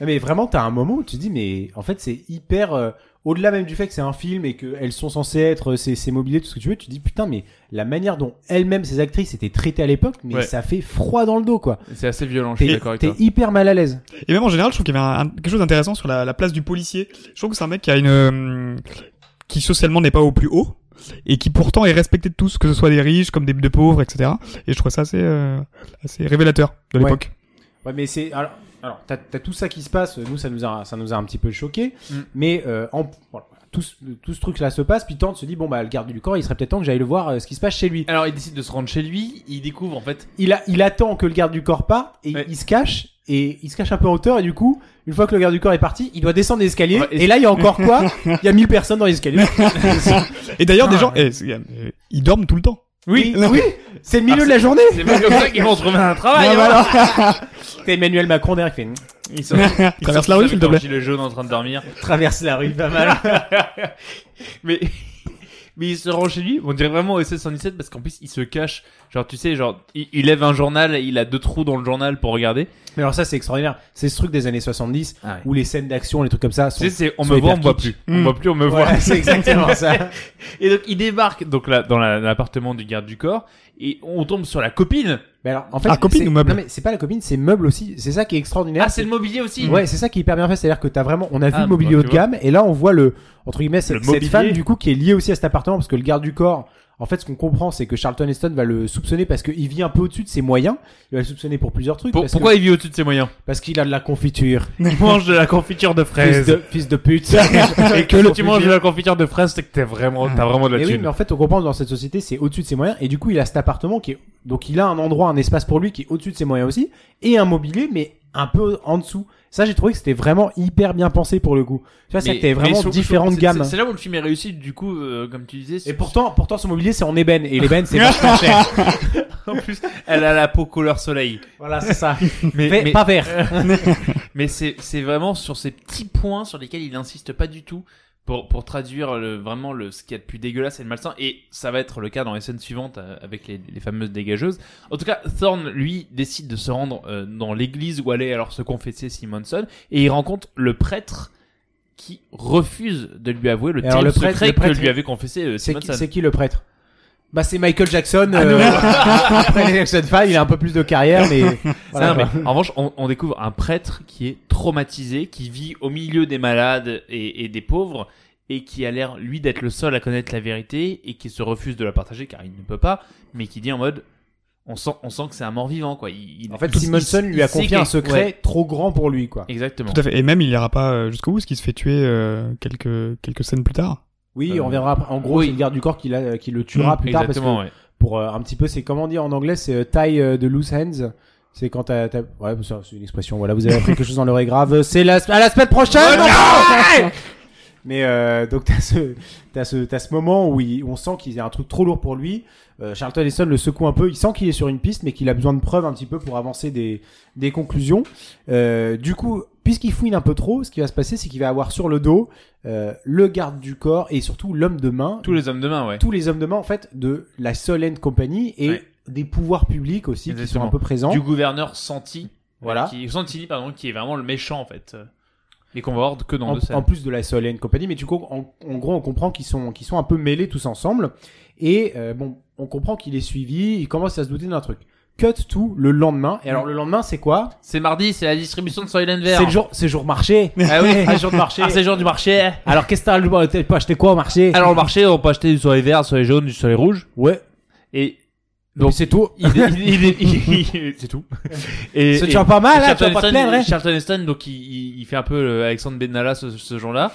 [SPEAKER 2] Non, Mais vraiment, t'as un moment où tu te dis, mais en fait, c'est hyper. euh, Au-delà même du fait que c'est un film et qu'elles sont censées être, euh, c'est c'est mobilier, tout ce que tu veux, tu te dis, putain, mais la manière dont elles-mêmes, ces actrices, étaient traitées à l'époque, mais
[SPEAKER 1] Ouais.
[SPEAKER 2] ça fait froid dans le dos, quoi.
[SPEAKER 1] C'est assez violent, je suis
[SPEAKER 2] T'es
[SPEAKER 1] d'accord avec
[SPEAKER 2] t'es
[SPEAKER 1] toi.
[SPEAKER 2] hyper mal à l'aise.
[SPEAKER 3] Et même en général, je trouve qu'il y avait un- un- quelque chose d'intéressant sur la, la place du policier. Je trouve que c'est un mec qui a une euh, qui socialement n'est pas au plus haut et qui pourtant est respecté de tous, que ce soit des riches comme des, des pauvres, etc. Et je trouve ça assez euh, assez révélateur de
[SPEAKER 2] Ouais.
[SPEAKER 3] l'époque.
[SPEAKER 2] Ouais, mais c'est alors, alors t'as t'as tout ça qui se passe. Nous, ça nous a ça nous a un petit peu choqué.
[SPEAKER 1] Mm.
[SPEAKER 2] Mais euh, en voilà, tout ce- tout ce truc là se passe. Puis Tante se dit bon bah le garde du corps, il serait peut-être temps que j'aille le voir euh, ce qui se passe chez lui.
[SPEAKER 1] Alors il décide de se rendre chez lui, il découvre en fait.
[SPEAKER 2] Il a il attend que le garde du corps parte et
[SPEAKER 1] Ouais.
[SPEAKER 2] il se cache et il se cache un peu en hauteur et du coup une fois que le garde du corps est parti, il doit descendre l'escalier
[SPEAKER 1] Ouais, et-
[SPEAKER 2] et... là il y a encore quoi Il y a 1000 personnes dans l'escalier.
[SPEAKER 3] Et d'ailleurs, des gens, eh, c'est- euh, ils dorment tout le temps.
[SPEAKER 2] oui, oui, c'est le milieu
[SPEAKER 1] Ah,
[SPEAKER 2] de la journée.
[SPEAKER 1] C'est pas comme ça qu'ils vont trouver un travail.
[SPEAKER 2] Ouais,
[SPEAKER 1] hein.
[SPEAKER 2] voilà. T'as Emmanuel Macron derrière qui fait hmm,
[SPEAKER 1] Ils sont, ils
[SPEAKER 3] Traverse
[SPEAKER 1] sont
[SPEAKER 3] la rue,
[SPEAKER 1] tous
[SPEAKER 3] s'il
[SPEAKER 1] avec
[SPEAKER 3] te
[SPEAKER 1] leur
[SPEAKER 3] plaît.
[SPEAKER 1] gilet jaune en train de dormir.
[SPEAKER 2] traverse la rue pas mal.
[SPEAKER 1] Mais mais il se rend chez lui. On dirait vraiment au SS117 parce qu'en plus il se cache. Genre tu sais genre il, il lève un journal, il a deux trous dans le journal pour regarder.
[SPEAKER 2] Mais alors ça c'est extraordinaire. C'est ce truc des années 70
[SPEAKER 1] Ah ouais.
[SPEAKER 2] où les scènes d'action, les trucs comme ça sont
[SPEAKER 1] Tu sais c'est on
[SPEAKER 2] Soit
[SPEAKER 1] me voit, on
[SPEAKER 2] hyper
[SPEAKER 1] me voit plus,
[SPEAKER 2] kitsch.
[SPEAKER 1] on me voit plus, on me voit.
[SPEAKER 2] Voilà, c'est exactement ça.
[SPEAKER 1] Et donc il débarque donc là dans la- l'appartement du garde du corps et on tombe sur la copine.
[SPEAKER 2] Mais alors, en fait,
[SPEAKER 3] Ah, copine
[SPEAKER 2] c'est-
[SPEAKER 3] ou meuble
[SPEAKER 2] Non mais c'est pas la copine, c'est meuble aussi. C'est ça qui est extraordinaire.
[SPEAKER 1] Ah c'est le mobilier aussi.
[SPEAKER 2] Ouais, c'est ça qui est hyper bien fait, c'est-à-dire que t'as vraiment, on a vu
[SPEAKER 1] Ah,
[SPEAKER 2] le mobilier
[SPEAKER 1] bah,
[SPEAKER 2] haut
[SPEAKER 1] tu
[SPEAKER 2] de gamme, et là on voit le entre guillemets
[SPEAKER 1] Le
[SPEAKER 2] cette, cette
[SPEAKER 1] mobilier.
[SPEAKER 2] femme du coup qui est liée aussi à cet appartement parce que le garde du corps, en fait, ce qu'on comprend c'est que Charlton Heston va le soupçonner parce qu'il vit un peu au-dessus de ses moyens. Il va le soupçonner pour plusieurs trucs.
[SPEAKER 1] Pour-
[SPEAKER 2] parce
[SPEAKER 1] pourquoi
[SPEAKER 2] que-
[SPEAKER 1] il vit au-dessus de ses moyens
[SPEAKER 2] Parce qu'il a de la confiture.
[SPEAKER 1] Il mange de la confiture de
[SPEAKER 2] Fils de, fils de pute. et
[SPEAKER 1] que tu manges de la confiture de fraise, c'est que t'es vraiment, t'as vraiment de la
[SPEAKER 2] Mais oui,
[SPEAKER 1] thune.
[SPEAKER 2] mais en fait, on comprend que dans cette société, c'est au-dessus de ses moyens. Et du coup, il a cet appartement qui est, donc il a un endroit, un espace pour lui qui est au-dessus de ses moyens aussi. Et un mobilier, mais un peu en dessous. Ça, j'ai trouvé que c'était vraiment hyper bien pensé pour le coup. Tu vois,
[SPEAKER 1] Mais-
[SPEAKER 2] c'était
[SPEAKER 1] mais
[SPEAKER 2] vraiment
[SPEAKER 1] sur-
[SPEAKER 2] différentes
[SPEAKER 1] sur-
[SPEAKER 2] gammes.
[SPEAKER 1] c'est- C'est là où le film est réussi, du coup, euh, comme tu disais.
[SPEAKER 2] Et
[SPEAKER 1] sur-
[SPEAKER 2] pourtant, pourtant, son mobilier, c'est en ébène. Et l'ébène, c'est vachement cher.
[SPEAKER 1] en plus, elle a la peau couleur soleil.
[SPEAKER 2] Voilà, c'est ça.
[SPEAKER 1] Mais,
[SPEAKER 2] Fait-
[SPEAKER 1] Ah, mais, Euh,
[SPEAKER 2] Pas vert.
[SPEAKER 1] mais c'est, c'est vraiment sur ces petits points sur lesquels il insiste pas du tout pour, pour traduire le, vraiment le, ce qu'il y a de plus dégueulasse et de malsain. Et ça va être le cas dans les scènes suivantes euh, avec les, les fameuses dégageuses. En tout cas, Thorne, lui, décide de se rendre euh, dans l'église où allait alors se confesser Simonson et il rencontre le prêtre qui refuse de lui avouer le
[SPEAKER 2] Et alors,
[SPEAKER 1] terrible
[SPEAKER 2] le prêtre-
[SPEAKER 1] secret
[SPEAKER 2] le prêtre-
[SPEAKER 1] que lui avait confessé euh,
[SPEAKER 2] C'est qui,
[SPEAKER 1] Simonson.
[SPEAKER 2] c'est qui le prêtre? Bah, c'est Michael Jackson.
[SPEAKER 1] Ah,
[SPEAKER 2] euh, après les Jackson 5, il a un peu plus de carrière, mais. voilà,
[SPEAKER 1] Non, mais
[SPEAKER 2] quoi.
[SPEAKER 1] en revanche, on, on découvre un prêtre qui est traumatisé, qui vit au milieu des malades et, et des pauvres, et qui a l'air, lui, d'être le seul à connaître la vérité, et qui se refuse de la partager car il ne peut pas, mais qui dit en mode, on sent, on sent que c'est un mort-vivant, quoi. Il, il-
[SPEAKER 2] En fait,
[SPEAKER 1] il-
[SPEAKER 2] Simonson
[SPEAKER 1] il-
[SPEAKER 2] lui a
[SPEAKER 1] il sait
[SPEAKER 2] confié un
[SPEAKER 1] qu'il-
[SPEAKER 2] secret
[SPEAKER 1] ouais,
[SPEAKER 2] trop grand pour lui, quoi.
[SPEAKER 1] exactement.
[SPEAKER 3] Tout à fait. Et même, il ira pas euh, jusqu'au bout, parce qu'il se fait tuer euh, quelques quelques scènes plus tard.
[SPEAKER 2] Oui,
[SPEAKER 1] Euh,
[SPEAKER 2] on verra après. En gros,
[SPEAKER 1] oui. Mm,
[SPEAKER 2] c'est le garde du corps qui, l'a- qui le tuera plus tard parce que
[SPEAKER 1] Exactement, ouais.
[SPEAKER 2] pour euh, un petit peu, c'est comment dire en anglais, c'est euh, tie euh, de loose hands. C'est quand t'as, t'as- ouais, ça, c'est une expression. Voilà, vous avez appris quelque chose dans l'oreille grave. Euh, C'est la, à la semaine prochaine. enfants Mais euh, donc t'as ce, t'as ce, t'as ce moment où, il- où on sent qu'il y a un truc trop lourd pour lui. Euh, Charlton Heston le secoue un peu. Il sent qu'il est sur une piste, mais qu'il a besoin de preuves un petit peu pour avancer des, des conclusions. Euh, du coup, puisqu'il fouine un peu trop, ce qui va se passer, c'est qu'il va avoir sur le dos euh, le garde du corps et surtout l'homme de main,
[SPEAKER 1] Tous les hommes de main, ouais.
[SPEAKER 2] tous les hommes de main en fait de la Solent Company et
[SPEAKER 1] Ouais.
[SPEAKER 2] des pouvoirs publics aussi qui sont
[SPEAKER 1] Exactement.
[SPEAKER 2] un peu présents.
[SPEAKER 1] Du gouverneur Santi.
[SPEAKER 2] Voilà.
[SPEAKER 1] Qui, Santini, pardon, qui est vraiment le méchant, en fait. euh, Et qu'on va voir que dans
[SPEAKER 2] en,
[SPEAKER 1] deux scènes.
[SPEAKER 2] en plus de la Solent Company, mais du coup, en, en gros, on comprend qu'ils sont, qu'ils sont un peu mêlés tous ensemble. Et euh, bon, on comprend qu'il est suivi, il commence à se douter d'un truc. cut tout le lendemain. Et alors le lendemain, c'est quoi
[SPEAKER 1] C'est mardi, c'est la distribution de Soylent Vert.
[SPEAKER 2] C'est le jour, c'est jour marché.
[SPEAKER 1] Ah oui.
[SPEAKER 2] C'est jour de marché.
[SPEAKER 1] Ah, c'est le jour du marché.
[SPEAKER 2] Alors qu'est-ce que t'as le- t'as pas acheté quoi au marché
[SPEAKER 1] Alors, le marché, on peut acheter du soleil vert, du soleil jaune, du soleil rouge.
[SPEAKER 2] ouais.
[SPEAKER 1] Et
[SPEAKER 2] Donc c'est tout.
[SPEAKER 1] il, il- il- il- il- c'est tout. Et,
[SPEAKER 2] Ça,
[SPEAKER 1] et-
[SPEAKER 2] tu vas pas mal, hein, tu vas
[SPEAKER 1] Charlton
[SPEAKER 2] pas te
[SPEAKER 1] Heston,
[SPEAKER 2] plaindre, hein.
[SPEAKER 1] Charlton Heston, donc il, il, il fait un peu le Alexandre Benalla ce, ce genre-là,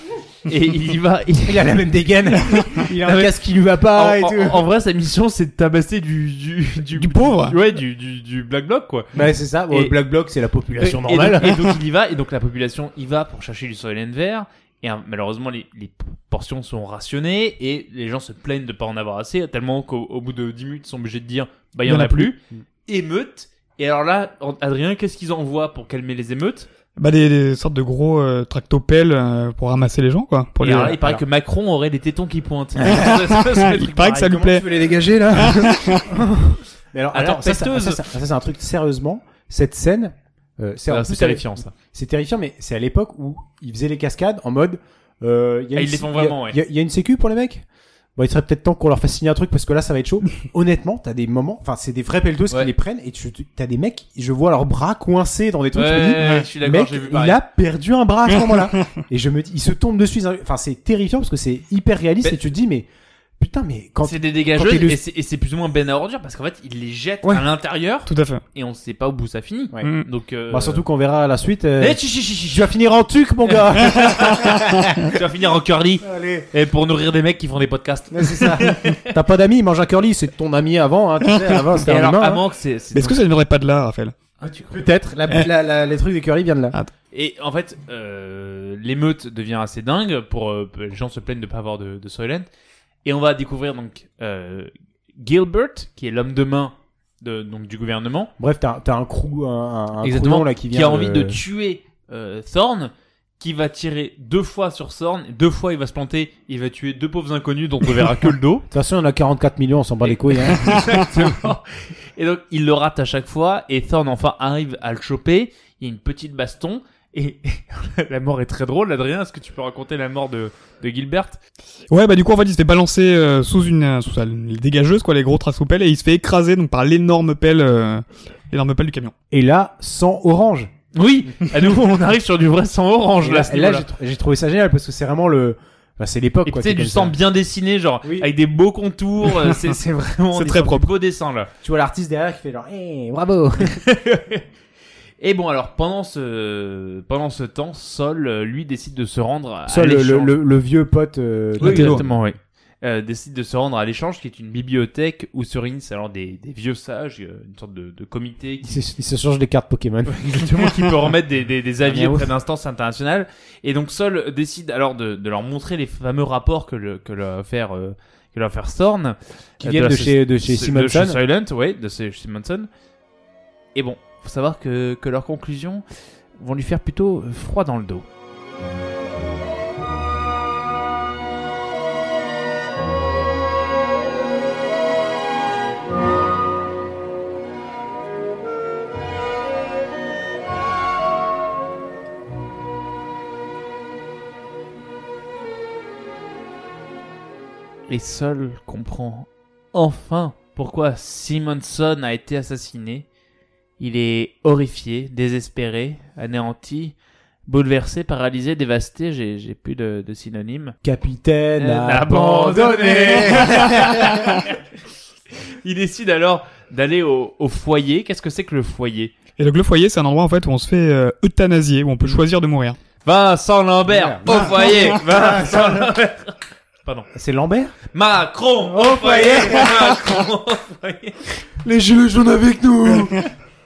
[SPEAKER 1] et il y va. il-
[SPEAKER 2] Il a la même dégaine. Il a un
[SPEAKER 1] Ouais.
[SPEAKER 2] casque qui lui va pas Ah, et
[SPEAKER 1] en, en-
[SPEAKER 2] tout.
[SPEAKER 1] en vrai, sa mission, c'est de tabasser du du du,
[SPEAKER 3] Du pauvre.
[SPEAKER 1] Ouais, du du, du black bloc quoi.
[SPEAKER 2] Bah c'est ça. Bon,
[SPEAKER 1] Et-
[SPEAKER 2] le Black Bloc, c'est la population
[SPEAKER 1] Et-
[SPEAKER 2] normale.
[SPEAKER 1] Et donc, et donc, il y va, et donc la population y va pour chercher du soleil vert. Et hein, malheureusement, les, les portions sont rationnées et les gens se plaignent de pas en avoir assez, tellement qu'au au bout de 10 minutes, ils sont obligés de dire bah il y en, a plus. Émeute. Et alors là, en- Adrien, qu'est-ce qu'ils envoient pour calmer les émeutes
[SPEAKER 3] Bah, des, des sortes de gros euh, tractopelles euh, pour ramasser les gens, quoi. Pour
[SPEAKER 1] Et
[SPEAKER 3] les-
[SPEAKER 1] alors là, il paraît
[SPEAKER 3] Alors.
[SPEAKER 1] que Macron aurait les tétons qui pointent. Ça, ça, ça, ça,
[SPEAKER 3] Il paraît que ça lui
[SPEAKER 2] Comment
[SPEAKER 3] plaît.
[SPEAKER 2] tu veux les dégager là Mais alors,
[SPEAKER 1] À la
[SPEAKER 2] attends, ça, ça-
[SPEAKER 1] pesteuse.
[SPEAKER 2] ça, ça- ça, c'est un truc sérieusement. Cette scène, euh, c'est en
[SPEAKER 1] ça,
[SPEAKER 2] plus,
[SPEAKER 1] C'est
[SPEAKER 2] elle-
[SPEAKER 1] terrifiant ça.
[SPEAKER 2] C'est terrifiant, mais c'est à l'époque où ils faisaient les cascades en mode. Euh, il y a
[SPEAKER 1] Ah,
[SPEAKER 2] une-
[SPEAKER 1] ils les font
[SPEAKER 2] il y a-
[SPEAKER 1] vraiment, ouais.
[SPEAKER 2] Il y, a- il y a une sécu pour les mecs. Bon, il serait peut-être temps qu'on leur fasse signer un truc parce que là, ça va être chaud. Honnêtement, t'as des moments, enfin, c'est des vrais pelletos
[SPEAKER 1] Ouais.
[SPEAKER 2] qui les prennent et tu, tu- t'as des mecs, je vois leurs bras coincés dans des trucs. je me dis,
[SPEAKER 1] Ouais, je suis d'accord,
[SPEAKER 2] Mec,
[SPEAKER 1] j'ai vu pareil.
[SPEAKER 2] il a perdu un bras à ce moment-là. et je me dis, il se tombe dessus. ils ont- Enfin, c'est terrifiant parce que c'est hyper réaliste
[SPEAKER 1] Mais-
[SPEAKER 2] et tu te dis, mais putain, mais quand
[SPEAKER 1] C'est des dégageuses
[SPEAKER 2] t'es le-
[SPEAKER 1] et c'est- et c'est plus ou moins ben à ordure parce qu'en fait, il les jette
[SPEAKER 3] Ouais.
[SPEAKER 1] à l'intérieur
[SPEAKER 3] Tout à fait.
[SPEAKER 1] et on sait pas où ça finit.
[SPEAKER 2] Ouais.
[SPEAKER 3] Mm.
[SPEAKER 1] Donc, euh,
[SPEAKER 2] Bah, surtout qu'on verra à la suite. euh,
[SPEAKER 1] Eh, chi, chi, chi, chi,
[SPEAKER 2] Tu vas finir en tuc, mon gars.
[SPEAKER 1] tu vas finir en curly
[SPEAKER 2] Allez.
[SPEAKER 1] et pour nourrir des mecs qui font des podcasts.
[SPEAKER 2] Ouais, c'est ça. T'as pas d'amis, il mange un curly, c'est ton ami avant. Hein, tu sais, avant
[SPEAKER 1] Et
[SPEAKER 2] c'était un
[SPEAKER 1] alors,
[SPEAKER 2] humain, hein.
[SPEAKER 1] avant que c'est, c'est-
[SPEAKER 3] Mais est-ce que ça ne viendrait pas de là, Raphaël
[SPEAKER 1] Ah, tu crois
[SPEAKER 2] Peut-être. Ah. La, la- la- les trucs des curly viennent de là.
[SPEAKER 1] Et en fait, euh, l'émeute devient assez dingue pour euh, les gens se plaignent de pas avoir de, de Soylent. Et on va découvrir donc euh, Gilbert, qui est l'homme de main de, donc du gouvernement,
[SPEAKER 2] Bref, t'as t'as un crew, un, un
[SPEAKER 1] Exactement.
[SPEAKER 2] crew là qui vient.
[SPEAKER 1] qui a envie de tuer euh, Thorn, qui va tirer deux fois sur Thorn, deux fois il va se planter, il va tuer deux pauvres inconnus dont on verra que le dos.
[SPEAKER 2] De toute façon, il y en a 44 millions, on s'en bat les couilles. Hein.
[SPEAKER 1] Exactement. Et donc, il le rate à chaque fois, et Thorn enfin arrive à le choper. Il y a une petite baston, et la mort est très drôle. Adrien, est-ce que tu peux raconter la mort de, de Gilbert
[SPEAKER 3] Ouais, bah du coup, en fait, il se fait balancer euh, sous une euh, sous sa- les dégageuses, quoi, les gros tractopelles, et il se fait écraser donc par l'énorme pelle, euh, l'énorme pelle du camion.
[SPEAKER 2] Et là, sans orange.
[SPEAKER 1] Oui, à nouveau, on arrive sur du vrai sang orange,
[SPEAKER 2] Et
[SPEAKER 1] là,
[SPEAKER 2] là,
[SPEAKER 1] à ce
[SPEAKER 2] et là,
[SPEAKER 1] niveau-là.
[SPEAKER 2] j'ai tr- j'ai trouvé ça génial parce que c'est vraiment le. Enfin, c'est l'époque.
[SPEAKER 1] Et
[SPEAKER 2] quoi,
[SPEAKER 1] tu sais,
[SPEAKER 2] qui est
[SPEAKER 1] du sang
[SPEAKER 2] comme ça.
[SPEAKER 1] bien dessiné, genre,
[SPEAKER 2] Oui.
[SPEAKER 1] avec des beaux contours, euh, c'est c'est vraiment
[SPEAKER 3] C'est
[SPEAKER 1] des
[SPEAKER 3] très
[SPEAKER 1] sortes de
[SPEAKER 3] propre.
[SPEAKER 1] beaux dessins, là.
[SPEAKER 2] Tu vois l'artiste derrière qui fait genre, Eh, bravo.
[SPEAKER 1] Et bon, alors, pendant ce, pendant ce temps, Sol, euh, lui, décide de se rendre à
[SPEAKER 2] Ça, le, le,
[SPEAKER 1] l'échange.
[SPEAKER 2] le- le vieux pote. euh,
[SPEAKER 1] Ah, Oui,
[SPEAKER 2] d'Othello.
[SPEAKER 1] exactement, oui. Euh, décide de se rendre à l'échange, qui est une bibliothèque où se réunissent alors des, des vieux sages, euh, une sorte de, de comité
[SPEAKER 2] Il
[SPEAKER 1] qui,
[SPEAKER 2] se, il se change des cartes Pokémon.
[SPEAKER 1] exactement, qui peut remettre des, des, des avis
[SPEAKER 2] Ah, mais
[SPEAKER 1] auprès d'instances internationales. Et donc Sol décide alors de, de leur montrer les fameux rapports que le, que leur faire euh, que leur faire Storn,
[SPEAKER 2] Qui
[SPEAKER 1] Euh,
[SPEAKER 2] viennent
[SPEAKER 1] la
[SPEAKER 2] de
[SPEAKER 1] soci-
[SPEAKER 2] chez, de chez
[SPEAKER 1] de- de
[SPEAKER 2] Simonson.
[SPEAKER 1] chez Silent, ouais, de chez Simonson. Et bon, faut savoir que que leurs conclusions vont lui faire plutôt euh, froid dans le dos. Et Sol comprend enfin pourquoi Simonson a été assassiné. Il est horrifié, désespéré, anéanti, bouleversé, paralysé, dévasté. J'ai j'ai plus de, de synonymes.
[SPEAKER 2] Capitaine
[SPEAKER 1] Euh,
[SPEAKER 2] abandonné.
[SPEAKER 1] Il décide alors d'aller au, au foyer. Qu'est-ce que c'est que le foyer
[SPEAKER 3] Et donc le foyer, c'est un endroit en fait où on se fait euh, euthanasier, où on peut choisir de mourir.
[SPEAKER 1] Vincent Lambert au foyer. Vincent Lambert. Pardon.
[SPEAKER 2] C'est Lambert
[SPEAKER 1] Macron au foyer. Macron au foyer.
[SPEAKER 2] Les Gilets jaunes avec nous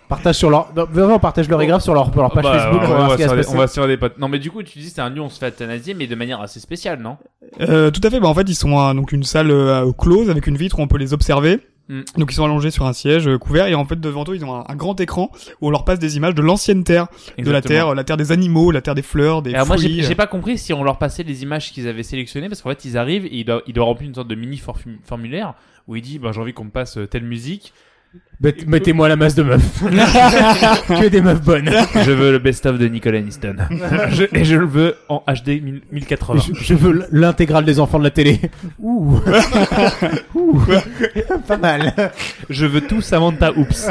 [SPEAKER 2] Partage sur leur. Non, vraiment, partage leur égraphe sur leur, leur page
[SPEAKER 1] Bah,
[SPEAKER 2] Facebook
[SPEAKER 1] ouais,
[SPEAKER 2] pour
[SPEAKER 1] on,
[SPEAKER 2] voir ce
[SPEAKER 1] va
[SPEAKER 2] qui va
[SPEAKER 1] sur
[SPEAKER 2] se
[SPEAKER 1] des-
[SPEAKER 2] passer.
[SPEAKER 1] on va sur des potes. Non, mais du coup, tu dis c'est un lieu, on se fait athanasier, mais de manière assez spéciale, non
[SPEAKER 3] Euh, tout à fait. Bah, en fait, ils sont à, donc une salle euh, à- close avec une vitre où on peut les observer.
[SPEAKER 1] Mm.
[SPEAKER 3] Donc ils sont allongés sur un siège euh, couvert et en fait devant eux ils ont un, un grand écran où on leur passe des images de l'ancienne terre, de la terre, euh, la terre des animaux, la terre des fleurs, des
[SPEAKER 1] Et alors moi, j'ai
[SPEAKER 3] fruits. euh.
[SPEAKER 1] j'ai pas compris si on leur passait les images qu'ils avaient sélectionnées, parce qu'en fait, bah, ils arrivent et ils doivent, ils doivent remplir une sorte de mini forfu- formulaire où il dit, ben, j'ai envie qu'on me passe euh, telle musique.
[SPEAKER 2] Mette- Mettez-moi la masse de meufs. que des meufs bonnes.
[SPEAKER 1] Je veux le best-of de Nicole Aniston. Je- et je le veux en HD 1000- 1080.
[SPEAKER 2] Je, je veux l- l'intégrale des enfants de la télé. Ouh. Ouh. Pas mal.
[SPEAKER 1] Je veux tout Samantha Oops.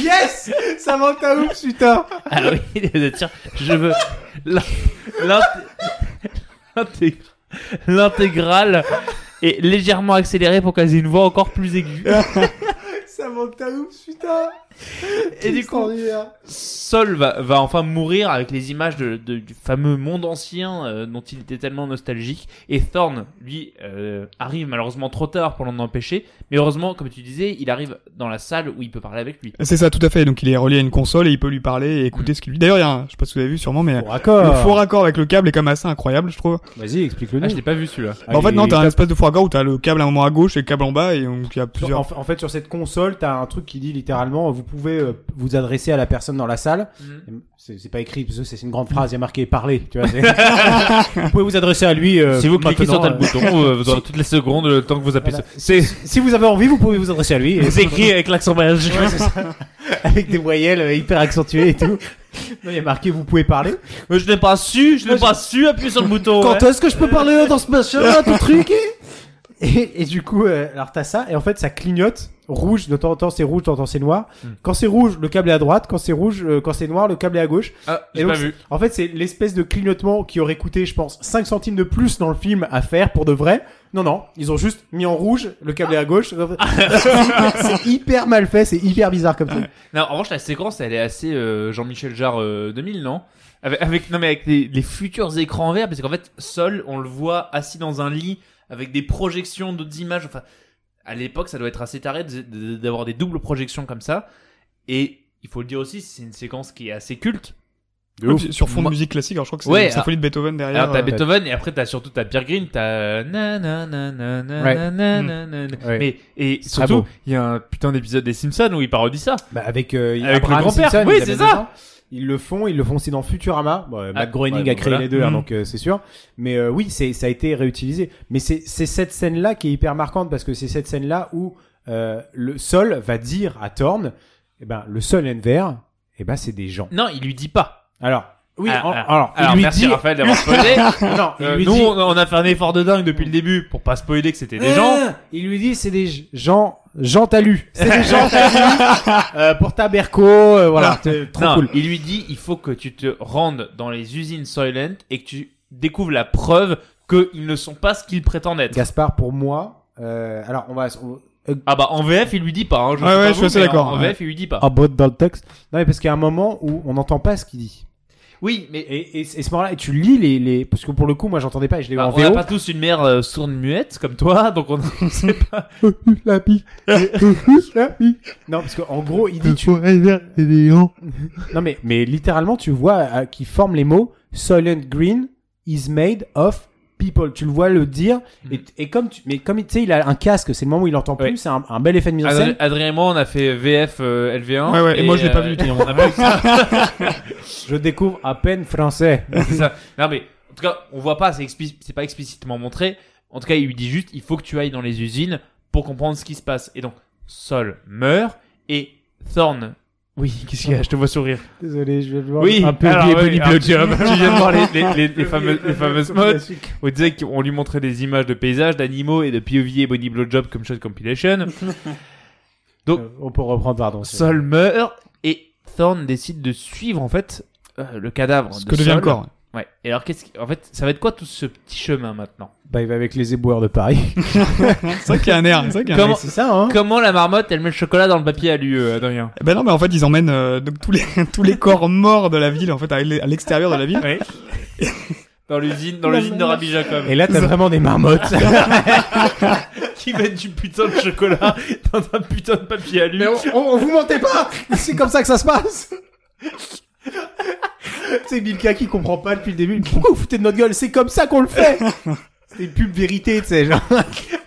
[SPEAKER 2] Yes Samantha Oops, putain
[SPEAKER 1] Ah oui, de tir. Je veux l'in- l'int- l'intégr- l'intégrale est légèrement accélérée pour qu'elle ait une voix encore plus aiguë.
[SPEAKER 2] Samantha Oops, putain
[SPEAKER 1] Et du coup, Sol va, va enfin mourir avec les images de, de- du fameux monde ancien euh, dont il était tellement nostalgique. Et Thorn, lui, euh, arrive malheureusement trop tard pour l'en empêcher. Mais heureusement, comme tu disais, il arrive dans la salle où il peut parler avec lui.
[SPEAKER 3] C'est ça, tout à fait. Donc il est relié à une console et il peut lui parler et
[SPEAKER 1] Mm.
[SPEAKER 3] écouter ce qu'il lui. D'ailleurs, il y a un- je sais pas si vous avez vu sûrement, mais le faux raccord avec le câble est quand même assez incroyable, je trouve.
[SPEAKER 2] Vas-y, explique-le
[SPEAKER 1] Ah,
[SPEAKER 2] nous.
[SPEAKER 1] je l'ai pas vu celui-là.
[SPEAKER 3] Bah, en fait, non, t'as un espèce de faux raccord où t'as le câble à un moment à gauche et le câble en bas et donc il y a
[SPEAKER 2] Sur-
[SPEAKER 3] plusieurs.
[SPEAKER 2] en, fa- en fait, sur cette console, t'as un truc qui dit littéralement, vous pouvez euh, vous adresser à la personne dans la salle.
[SPEAKER 1] Mm.
[SPEAKER 2] C'est c'est pas écrit, parce que c'est une grande phrase, il y a marqué parler. Tu vois, c'est- vous pouvez vous adresser à lui. euh,
[SPEAKER 1] si vous cliquez sur
[SPEAKER 2] maintenant,
[SPEAKER 1] tel
[SPEAKER 2] euh,
[SPEAKER 1] bouton, euh, vous aurez toutes les secondes le temps que vous appuyez
[SPEAKER 2] Voilà.
[SPEAKER 1] sur- C'est
[SPEAKER 2] Si vous avez envie, vous pouvez vous adresser à lui. Et-
[SPEAKER 1] c'est écrit avec l'accent belge.
[SPEAKER 2] avec des voyelles euh, hyper accentuées et tout. Non, il y a marqué, vous pouvez parler.
[SPEAKER 1] Mais Euh, je n'ai pas su, je n'ai pas su appuyer sur le bouton.
[SPEAKER 2] Quand
[SPEAKER 1] ouais.
[SPEAKER 2] est-ce que je peux parler là, dans ce machin là, ton truc et- et, et du coup, euh, alors t'as ça, et en fait ça clignote, rouge, de temps en temps c'est rouge, de temps en temps c'est noir.
[SPEAKER 1] Hmm.
[SPEAKER 2] Quand c'est rouge, le câble est à droite, quand c'est rouge, euh, quand c'est noir, le câble est à gauche.
[SPEAKER 1] Ah,
[SPEAKER 2] Et
[SPEAKER 1] j'ai
[SPEAKER 2] donc,
[SPEAKER 1] pas vu.
[SPEAKER 2] En fait, c'est l'espèce de clignotement qui aurait coûté, je pense, 5 centimes de plus dans le film à faire pour de vrai. Non, non, ils ont juste mis en rouge, le câble est à gauche. c'est hyper mal fait, c'est hyper bizarre comme truc.
[SPEAKER 1] Non, en revanche, la séquence, elle est assez euh, Jean-Michel Jarre euh, 2000, non avec, avec- non, mais avec les, les futurs écrans verts, parce qu'en fait, Sol, on le voit assis dans un lit avec des projections d'autres images. Enfin, à l'époque, ça doit être assez taré de- de- d'avoir des doubles projections comme ça. Et il faut le dire aussi, c'est une séquence qui est assez culte.
[SPEAKER 3] Et puis, Sur fond de
[SPEAKER 1] Moi-
[SPEAKER 3] musique classique, alors je crois que c'est
[SPEAKER 1] Bah, Ouais,
[SPEAKER 3] la symphonie de Beethoven derrière.
[SPEAKER 1] Alors t'as
[SPEAKER 3] euh,
[SPEAKER 1] Beethoven et après t'as surtout t'as Pierre Green, t'as na na na na na
[SPEAKER 2] Ouais. Mm.
[SPEAKER 1] na na na na na.
[SPEAKER 2] Ouais.
[SPEAKER 1] Mais et
[SPEAKER 2] très
[SPEAKER 1] surtout
[SPEAKER 2] beau.
[SPEAKER 1] il y a un putain d'épisode des Simpsons où il parodie ça.
[SPEAKER 2] Bah avec, euh,
[SPEAKER 1] Avec le
[SPEAKER 2] Abraham
[SPEAKER 1] grand-père,
[SPEAKER 2] Simpson,
[SPEAKER 1] oui,
[SPEAKER 2] ils
[SPEAKER 1] c'est
[SPEAKER 2] avaient
[SPEAKER 1] ça.
[SPEAKER 2] deux ans. Ils le font, ils le font aussi dans Futurama. Bon, euh,
[SPEAKER 1] Ah,
[SPEAKER 2] Matt Groening
[SPEAKER 1] ouais,
[SPEAKER 2] a créé
[SPEAKER 1] voilà. Mm.
[SPEAKER 2] les deux, hein,
[SPEAKER 3] Mhm.
[SPEAKER 2] donc euh, c'est sûr. Mais euh, oui, c'est ça a été réutilisé. Mais c'est c'est cette scène là qui est hyper marquante parce que c'est cette scène là où euh, le Sol va dire à Thorne, eh ben le Sol Enver, eh ben c'est des gens.
[SPEAKER 1] Non, il lui dit pas.
[SPEAKER 2] Alors oui,
[SPEAKER 1] Ah,
[SPEAKER 2] en-
[SPEAKER 1] ah.
[SPEAKER 2] alors,
[SPEAKER 1] Alors
[SPEAKER 2] il lui
[SPEAKER 1] merci
[SPEAKER 2] dit,
[SPEAKER 1] Raphaël d'avoir spoilé.
[SPEAKER 2] non, il
[SPEAKER 1] Euh,
[SPEAKER 2] lui
[SPEAKER 1] nous
[SPEAKER 2] dit,
[SPEAKER 1] on on a fait un effort de dingue depuis le début pour pas spoiler que c'était des gens.
[SPEAKER 2] Ah Il lui dit c'est des j- gens, gens talus, c'est des gens talus euh, pour Taberco, euh, voilà, t'es- trop
[SPEAKER 1] Non,
[SPEAKER 2] cool.
[SPEAKER 1] Il lui dit il faut que tu te rendes dans les usines Soylent et que tu découvres la preuve qu'ils ne sont pas ce qu'ils prétendent être.
[SPEAKER 2] Gaspard, pour moi, euh, alors on va. on- euh,
[SPEAKER 1] Ah bah en VF il lui dit pas. Hein, je
[SPEAKER 3] Ouais,
[SPEAKER 1] sais
[SPEAKER 3] ouais,
[SPEAKER 1] pas
[SPEAKER 3] je
[SPEAKER 1] vous,
[SPEAKER 3] suis assez
[SPEAKER 1] mais en-
[SPEAKER 3] d'accord,
[SPEAKER 1] En
[SPEAKER 3] ouais. Ah.
[SPEAKER 1] VF il lui dit pas.
[SPEAKER 2] en botte dans le texte. Non, mais parce qu'il y a un moment où on n'entend pas ce qu'il dit.
[SPEAKER 1] Oui mais
[SPEAKER 2] Et, et, et ce moment-là, et tu lis les, les. Parce que pour le coup, moi, j'entendais pas et je l'ai vu
[SPEAKER 1] Bah,
[SPEAKER 2] en
[SPEAKER 1] on n'a
[SPEAKER 2] VO.
[SPEAKER 1] pas tous une mère euh, sourde muette comme toi, donc on
[SPEAKER 3] Ah,
[SPEAKER 1] ne sait pas.
[SPEAKER 2] La bille. La bille. Non, parce qu'en gros, il dit. tu- Non, mais, mais littéralement, tu vois euh, qu'il forme les mots Silent Green is made of people. Tu le vois le dire. Et, et comme tu. Mais comme il- tu sais, il a un casque, c'est le moment où il entend plus.
[SPEAKER 1] Mm. Ouais. Ah,
[SPEAKER 2] C'est un, un bel effet de mise en
[SPEAKER 1] Adrien
[SPEAKER 2] scène.
[SPEAKER 1] Adrien et moi, on a fait VF euh, LV1.
[SPEAKER 3] Ouais, ouais, et moi, je l'ai pas vu,
[SPEAKER 1] et on a pas vu ça.
[SPEAKER 2] Je découvre à peine français.
[SPEAKER 1] C'est ça. Non, mais en tout cas, on voit pas, c'est explic- c'est pas explicitement montré. En tout cas, il lui dit juste il faut que tu ailles dans les usines pour comprendre ce qui se passe. Et donc, Sol meurt et Thorn. Oui, qu'est-ce qu'il y a Je te vois sourire.
[SPEAKER 2] Désolé, je vais le voir.
[SPEAKER 1] Oui,
[SPEAKER 2] un peu
[SPEAKER 1] alors,
[SPEAKER 2] vieille
[SPEAKER 1] oui,
[SPEAKER 2] Bonnie
[SPEAKER 1] alors,
[SPEAKER 2] Blowjob.
[SPEAKER 1] Tu viens de voir les, les, les, les fameuses, les fameuses modes. On disait qu'on lui montrait des images de paysages, d'animaux et de POV et Body Blowjob comme shot compilation.
[SPEAKER 2] Euh, On peut reprendre, pardon. c'est-
[SPEAKER 1] Sol meurt et Thorn décide de suivre en fait euh, le cadavre.
[SPEAKER 3] Ce
[SPEAKER 1] de
[SPEAKER 3] que devient
[SPEAKER 1] Sol.
[SPEAKER 3] le corps.
[SPEAKER 1] Ouais. Et alors qu'est-ce qui... en fait ça va être quoi tout ce petit chemin maintenant
[SPEAKER 2] Bah, il va avec les éboueurs de Paris.
[SPEAKER 3] C'est vrai qu'il y a un air. C'est vrai qu'il y a un
[SPEAKER 1] Comment-
[SPEAKER 3] air.
[SPEAKER 2] C'est ça, hein
[SPEAKER 1] Comment la marmotte elle met le chocolat dans le papier à lui euh, Adrien
[SPEAKER 3] Ben non, mais en fait, ils emmènent euh, donc tous les tous les corps morts de la ville en fait à l'e- à l'extérieur de la ville.
[SPEAKER 1] Dans l'usine dans l'usine de Rabija quand même.
[SPEAKER 2] Et là, t'as vraiment des marmottes.
[SPEAKER 1] Qui met du putain de chocolat dans un putain de papier à lui
[SPEAKER 2] on, on- on vous mentez pas C'est comme ça que ça se passe C'est Milka qui comprend pas depuis le début. Pourquoi vous foutez de notre gueule C'est comme ça qu'on le fait C'est une pub vérité, tu sais, genre.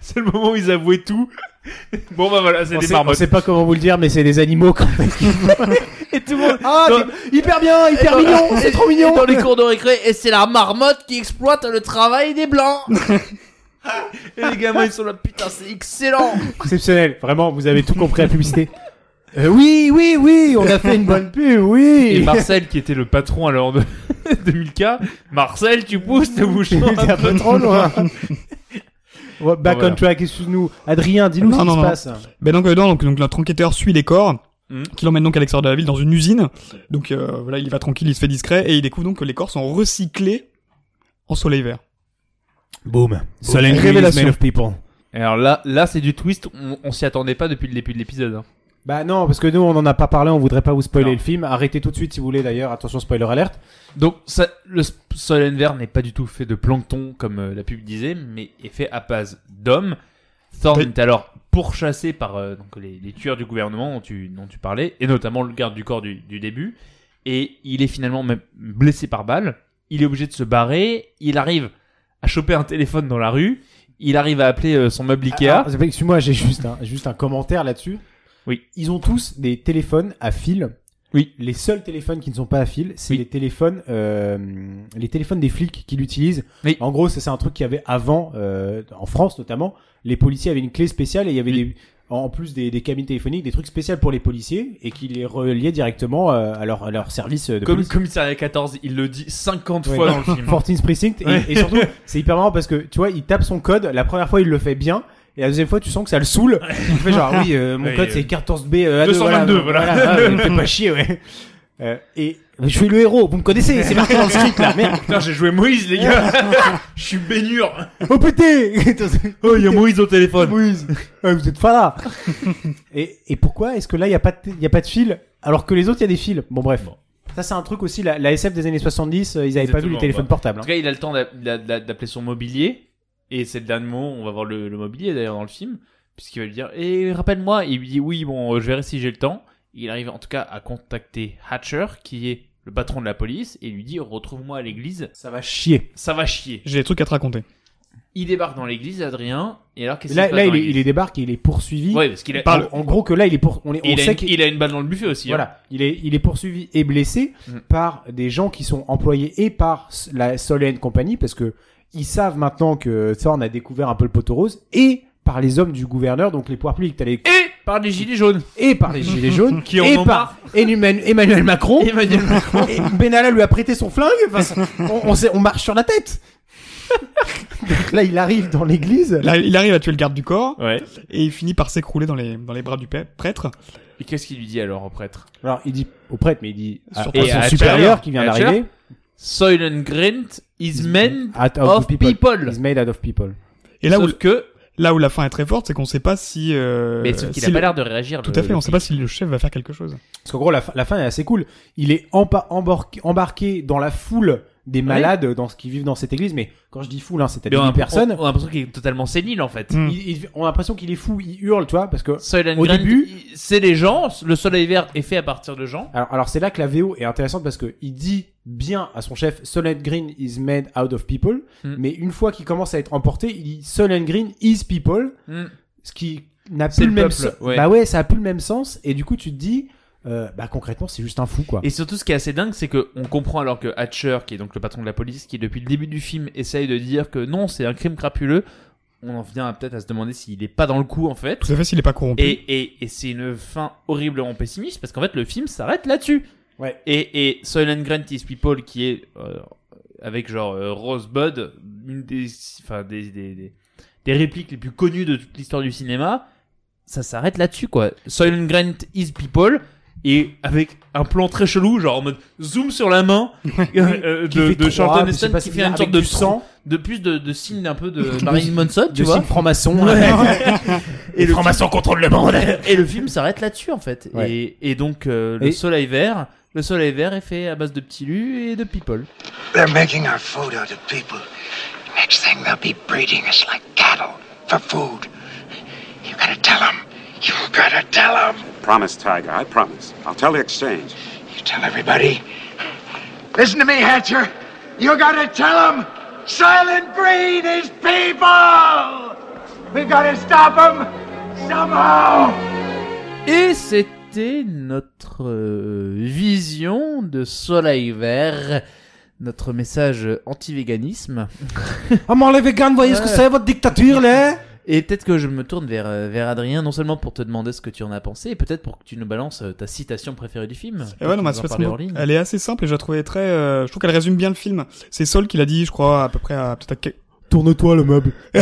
[SPEAKER 1] C'est le moment où ils avouaient tout. Bon bah voilà c'est
[SPEAKER 2] On
[SPEAKER 1] des
[SPEAKER 2] sait, on
[SPEAKER 1] marmottes.
[SPEAKER 2] sait pas comment vous le dire, mais c'est des animaux quand même.
[SPEAKER 1] Et tout le monde
[SPEAKER 2] Ah,
[SPEAKER 1] Dans-
[SPEAKER 2] mais hyper bien, hyper
[SPEAKER 1] dans-
[SPEAKER 2] mignon, c'est trop mignon
[SPEAKER 1] cours de récré et c'est la marmotte qui exploite le travail des blancs. Et les gamins, ils sont là, putain, c'est excellent
[SPEAKER 2] Exceptionnel. Vraiment, vous avez tout compris à la publicité. Euh, oui, oui, oui, on a fait une bonne pub, oui.
[SPEAKER 1] Et Marcel, qui était le patron alors de 2000K, Marcel, tu pousses le
[SPEAKER 2] T'es
[SPEAKER 1] bouchon
[SPEAKER 2] un peu trop loin. Ouais, Back
[SPEAKER 1] Bon, voilà.
[SPEAKER 2] on track, excuse-nous. Adrien, dis-nous
[SPEAKER 3] Non,
[SPEAKER 2] ce qui
[SPEAKER 3] non,
[SPEAKER 2] se
[SPEAKER 3] non.
[SPEAKER 2] passe.
[SPEAKER 3] Ben donc, euh, non, donc donc notre enquêteur suit les corps,
[SPEAKER 1] Mhm.
[SPEAKER 3] qui l'emmène donc à l'extérieur de la ville dans une usine. Donc euh, voilà, il y va tranquille, il se fait discret et il découvre donc que les corps sont recyclés en soleil vert.
[SPEAKER 2] Boom.
[SPEAKER 3] Soleil Green is Révélation. made of
[SPEAKER 2] people.
[SPEAKER 1] Et Alors là, là c'est du twist, on, on s'y attendait pas depuis le début de l'épisode. hein.
[SPEAKER 2] Bah non, parce que nous, on n'en a pas parlé, on voudrait pas vous spoiler
[SPEAKER 1] Non.
[SPEAKER 2] le film. Arrêtez tout de suite si vous voulez d'ailleurs, attention spoiler alerte.
[SPEAKER 1] Donc ça, le s- Soleil Vert n'est pas du tout fait de plancton comme euh, la pub disait, mais est fait à base d'hommes. Thorne
[SPEAKER 3] Oui.
[SPEAKER 1] est alors pourchassé par euh, donc les, les tueurs du gouvernement dont tu, dont tu parlais, et notamment le garde du corps du, du début. Et il est finalement même blessé par balle. Il est obligé de se barrer. Il arrive à choper un téléphone dans la rue. Il arrive à appeler euh, son meuble Ikea.
[SPEAKER 2] Ah, ah, Excuse-moi, j'ai juste un, juste un commentaire là-dessus.
[SPEAKER 1] Oui.
[SPEAKER 2] Ils ont tous des téléphones à fil.
[SPEAKER 1] Oui.
[SPEAKER 2] Les seuls téléphones qui ne sont pas à fil, c'est
[SPEAKER 1] Oui.
[SPEAKER 2] les téléphones, euh, les téléphones des flics qui l'utilisent.
[SPEAKER 1] Oui.
[SPEAKER 2] En gros, ça c'est un truc qu'il y avait avant, euh, en France notamment. Les policiers avaient une clé spéciale et il y avait des, en plus des, des cabines téléphoniques, des trucs spéciaux pour les policiers et qui les reliaient directement euh, à leur, à leur service de
[SPEAKER 1] comme
[SPEAKER 2] police.
[SPEAKER 1] Commissariat 14, il le dit 50
[SPEAKER 2] Ouais.
[SPEAKER 1] fois dans le film.
[SPEAKER 2] 14th Precinct. Et,
[SPEAKER 1] Ouais.
[SPEAKER 2] et surtout, c'est hyper marrant parce que tu vois, il tape son code. La première fois, il le fait bien. Et la deuxième fois, tu sens que ça le saoule. Il fait genre, oui, euh, mon
[SPEAKER 1] Ouais,
[SPEAKER 2] code
[SPEAKER 1] euh,
[SPEAKER 2] c'est 14B. euh, A2,
[SPEAKER 1] 222, voilà.
[SPEAKER 2] voilà, ouais, fais pas chier, ouais. Euh, et je suis le héros, vous me connaissez, c'est marqué dans le script là, merde.
[SPEAKER 1] Putain, j'ai joué Moïse, les gars. Je suis baignure.
[SPEAKER 2] Oh putain
[SPEAKER 1] Oh, il y a Moïse au téléphone.
[SPEAKER 2] Moïse, ah, vous êtes pas là et, et pourquoi est-ce que là, il n'y a, pas de t- y a pas de fil alors que les autres, il y a des fils Bon, bref. Ça, c'est un truc aussi, la, la SF des années 70, euh, ils avaient pas vu les
[SPEAKER 1] Exactement,
[SPEAKER 2] téléphones
[SPEAKER 1] ouais.
[SPEAKER 2] portables.
[SPEAKER 1] En
[SPEAKER 2] hein.
[SPEAKER 1] tout cas, il a le temps d'a- d'a- d'a- d'appeler son mobilier. Et c'est le dernier mot. On va voir le, le mobilier d'ailleurs dans le film. Puisqu'il va lui dire Et rappelle-moi. Il lui dit Oui, bon, euh, je verrai si j'ai le temps. Il arrive en tout cas à contacter Hatcher, qui est le patron de la police, et il lui dit Retrouve-moi à l'église.
[SPEAKER 2] Ça va chier.
[SPEAKER 1] Ça va chier.
[SPEAKER 3] J'ai des trucs à te raconter.
[SPEAKER 1] Il débarque dans l'église, Adrien. Et alors, qu'est-ce qu'il
[SPEAKER 2] Là,
[SPEAKER 1] fait
[SPEAKER 2] là il, est, il est débarque, il est poursuivi.
[SPEAKER 1] Ouais, parce qu'il a,
[SPEAKER 2] Par- en gros que là il est pour on, est, on
[SPEAKER 1] il, a
[SPEAKER 2] sait
[SPEAKER 1] une,
[SPEAKER 2] qu'il
[SPEAKER 1] il a une balle dans le buffet aussi. hein.
[SPEAKER 2] voilà, il est il est poursuivi et blessé
[SPEAKER 1] Mm.
[SPEAKER 2] par des gens qui sont employés et par s- la Solène compagnie parce que ils savent maintenant que Thorne a découvert un peu le poteau rose et par les hommes du gouverneur donc les pouvoirs publics t'as les-
[SPEAKER 1] Et par les gilets jaunes.
[SPEAKER 2] et par les gilets jaunes
[SPEAKER 1] Qui en
[SPEAKER 2] et
[SPEAKER 1] ont
[SPEAKER 2] par Emmanuel, Emmanuel Macron
[SPEAKER 1] Emmanuel
[SPEAKER 2] et Benalla lui a prêté son flingue enfin, c'est- on, on, sait- on marche sur la tête donc là il arrive dans l'église
[SPEAKER 3] Là, il arrive à tuer le garde du corps
[SPEAKER 1] Ouais.
[SPEAKER 3] et il finit par s'écrouler dans les dans les bras du pa- prêtre.
[SPEAKER 1] Et qu'est-ce qu'il lui dit alors au prêtre
[SPEAKER 2] alors il dit au prêtre mais il dit à,
[SPEAKER 3] Surtout
[SPEAKER 2] à
[SPEAKER 1] à
[SPEAKER 2] son
[SPEAKER 1] Hatcher.
[SPEAKER 2] supérieur qui vient
[SPEAKER 1] Hatcher.
[SPEAKER 2] d'arriver
[SPEAKER 1] Soil and Grint is meant
[SPEAKER 2] Out
[SPEAKER 1] of, people.
[SPEAKER 2] He's made out of people.
[SPEAKER 3] Et là
[SPEAKER 1] Sauf
[SPEAKER 3] où Euh,
[SPEAKER 1] que,
[SPEAKER 3] là où la fin est très forte, c'est qu'on sait pas si. euh,
[SPEAKER 1] mais sauf qu'il
[SPEAKER 3] si
[SPEAKER 1] a
[SPEAKER 3] le-
[SPEAKER 1] pas l'air de réagir.
[SPEAKER 3] Tout
[SPEAKER 1] le-
[SPEAKER 3] à fait,
[SPEAKER 1] le
[SPEAKER 3] on sait pas si le chef va faire quelque chose.
[SPEAKER 2] Parce qu'en gros, la, fin- la fin est assez cool. Il est empa- embarqué, embarqué dans la foule des malades dans ce qui vivent dans cette église. Mais quand je dis foule, hein, c'est à
[SPEAKER 1] Mais on a-
[SPEAKER 2] 10 personnes.
[SPEAKER 1] On, on a l'impression qu'il est totalement sénile en fait.
[SPEAKER 3] Mm.
[SPEAKER 2] Il- il- on a l'impression qu'il est fou, il hurle, tu vois, parce que...
[SPEAKER 1] Soil and
[SPEAKER 2] Au
[SPEAKER 1] Grint,
[SPEAKER 2] début-
[SPEAKER 1] il- c'est les gens. Le soleil vert est fait à partir de gens.
[SPEAKER 2] Alors, alors c'est là que la VO est intéressante parce que il dit bien à son chef Solid Green is made out of people,
[SPEAKER 1] Mm.
[SPEAKER 2] mais une fois qu'il commence à être emporté, il dit Solid Green is people,
[SPEAKER 3] Hmm.
[SPEAKER 1] Mm.
[SPEAKER 2] ce qui n'a
[SPEAKER 1] C'est
[SPEAKER 2] plus le,
[SPEAKER 1] le
[SPEAKER 2] même
[SPEAKER 1] peuple,
[SPEAKER 2] sens.
[SPEAKER 1] ouais.
[SPEAKER 2] Bah ouais, ça a plus le même sens et du coup tu te dis euh, bah concrètement c'est juste un fou quoi.
[SPEAKER 1] Et surtout, ce qui est assez dingue, c'est que on comprend alors que Hatcher, qui est donc le patron de la police, qui depuis le début du film essaye de dire que non, c'est un crime crapuleux. On en vient à- peut-être à se demander s'il est pas dans le coup en fait.
[SPEAKER 3] Tout à fait, s'il est pas corrompu.
[SPEAKER 1] Et, et, et c'est une fin horriblement pessimiste parce qu'en fait le film s'arrête là-dessus.
[SPEAKER 2] Ouais.
[SPEAKER 1] Et, et Soylent Grant is People qui est euh, avec genre euh, Rosebud, une des, enfin, des, des, des, des répliques les plus connues de toute l'histoire du cinéma, ça s'arrête là-dessus quoi. Soylent Grant is People et avec un plan très chelou genre en mode zoom sur la main euh, euh,
[SPEAKER 2] Qui
[SPEAKER 1] de,
[SPEAKER 2] fait
[SPEAKER 1] de
[SPEAKER 2] trois,
[SPEAKER 1] Charlton
[SPEAKER 2] je sais
[SPEAKER 1] Heston
[SPEAKER 2] pas
[SPEAKER 1] qui
[SPEAKER 2] si
[SPEAKER 1] fait une
[SPEAKER 2] avec
[SPEAKER 1] sorte
[SPEAKER 2] du
[SPEAKER 1] de sang
[SPEAKER 2] sang,
[SPEAKER 1] de plus de, de signe un peu de Marilyn Manson tu
[SPEAKER 2] de
[SPEAKER 1] vois
[SPEAKER 2] signe franc-maçon.
[SPEAKER 1] et le film-
[SPEAKER 5] contrôle le monde.
[SPEAKER 1] et le film s'arrête là-dessus en fait.
[SPEAKER 2] Ouais.
[SPEAKER 1] Et, et donc euh,
[SPEAKER 2] Et-
[SPEAKER 1] le soleil vert, le soleil vert est fait à base de petits lus et de people.
[SPEAKER 9] They're making our food out of people. Next thing, they'll be breeding us like cattle for food. You gotta tell them. You gotta tell them.
[SPEAKER 10] Promise, Tiger. I promise. I'll tell the exchange.
[SPEAKER 9] You tell everybody. Listen to me, Hatcher. You gotta tell them. Silent breed is people. We gotta stop them somehow.
[SPEAKER 1] Et c'était notre euh, vision de soleil vert notre message euh, anti-véganisme.
[SPEAKER 2] Ah, mais les véganes, voyez ce que
[SPEAKER 1] Ouais.
[SPEAKER 2] c'est, votre dictature, là
[SPEAKER 1] Et peut-être que je me tourne vers, euh, vers Adrien, non seulement pour te demander ce que tu en as pensé, et peut-être pour que tu nous balances euh, ta citation préférée du film.
[SPEAKER 3] Et Eh ouais,
[SPEAKER 1] Tu
[SPEAKER 3] non, mais
[SPEAKER 1] nous en
[SPEAKER 3] c'est pas
[SPEAKER 1] parlais
[SPEAKER 3] ce
[SPEAKER 1] en
[SPEAKER 3] mot.
[SPEAKER 1] ligne.
[SPEAKER 3] Elle est assez simple et je la trouvais très. euh, je trouve qu'elle résume bien le film. C'est Saul qui l'a dit, je crois, à peu près à peut-être à que-
[SPEAKER 2] Tourne-toi, le meuble.
[SPEAKER 3] Il y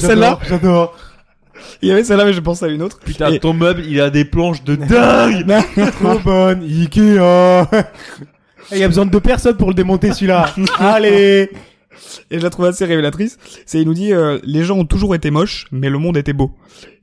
[SPEAKER 2] J'adore,
[SPEAKER 3] celle-là.
[SPEAKER 2] J'adore.
[SPEAKER 3] Il y avait celle-là, mais je pense à une autre.
[SPEAKER 1] Putain,
[SPEAKER 3] Et-
[SPEAKER 1] ton meuble, il a des planches de dingue
[SPEAKER 2] Trop bonne. Ikea. Il y a besoin de deux personnes pour le démonter, celui-là. Allez.
[SPEAKER 3] Et je la trouve assez révélatrice. C'est il nous dit euh, les gens ont toujours été moches, mais le monde était beau.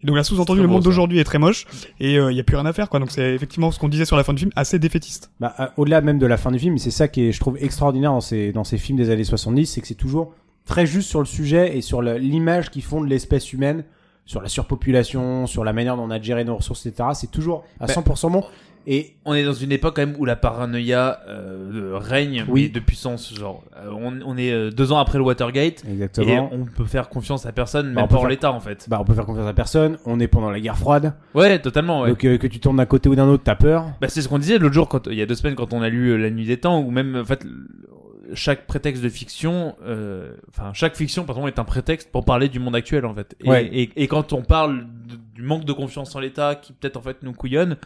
[SPEAKER 3] Et donc la sous-entendu
[SPEAKER 1] Très
[SPEAKER 3] le
[SPEAKER 1] beau,
[SPEAKER 3] monde
[SPEAKER 1] ça.
[SPEAKER 3] d'aujourd'hui est très moche et il euh, y a plus rien à faire quoi. Donc c'est effectivement ce qu'on disait sur la fin du film, assez défaitiste.
[SPEAKER 2] Bah, euh, au-delà même de la fin du film, c'est ça qui est, je trouve, extraordinaire dans ces, dans ces films des années 70, c'est que c'est toujours très juste sur le sujet et sur la- l'image qu'ils font de l'espèce humaine, sur la surpopulation, sur la manière dont on a géré nos ressources, etc. C'est toujours à
[SPEAKER 1] Ben,
[SPEAKER 2] 100% bon. Et
[SPEAKER 1] On est dans une époque quand même où la paranoïa euh, règne
[SPEAKER 2] Oui.
[SPEAKER 1] mais de puissance. Genre, euh, on, on est euh, deux ans après le Watergate et
[SPEAKER 2] exactement.
[SPEAKER 1] on peut faire confiance à personne,
[SPEAKER 2] Bah, on
[SPEAKER 1] même
[SPEAKER 2] peut
[SPEAKER 1] pas en
[SPEAKER 2] faire-
[SPEAKER 1] l'État en fait.
[SPEAKER 2] Bah, on peut faire confiance à personne. On est pendant la guerre froide,
[SPEAKER 1] Ouais, totalement. Ouais.
[SPEAKER 2] donc euh, que tu tournes d'un côté ou d'un autre, t'as peur.
[SPEAKER 1] Bah, c'est ce qu'on disait l'autre jour, quand, il y a deux semaines, quand on a lu euh, La Nuit des Temps, ou même en fait l- chaque prétexte de fiction, euh, enfin chaque fiction pardon est un prétexte pour parler du monde actuel en fait. Et,
[SPEAKER 2] Ouais.
[SPEAKER 1] et, et quand on parle de- du manque de confiance en l'État qui peut-être en fait nous couillonne,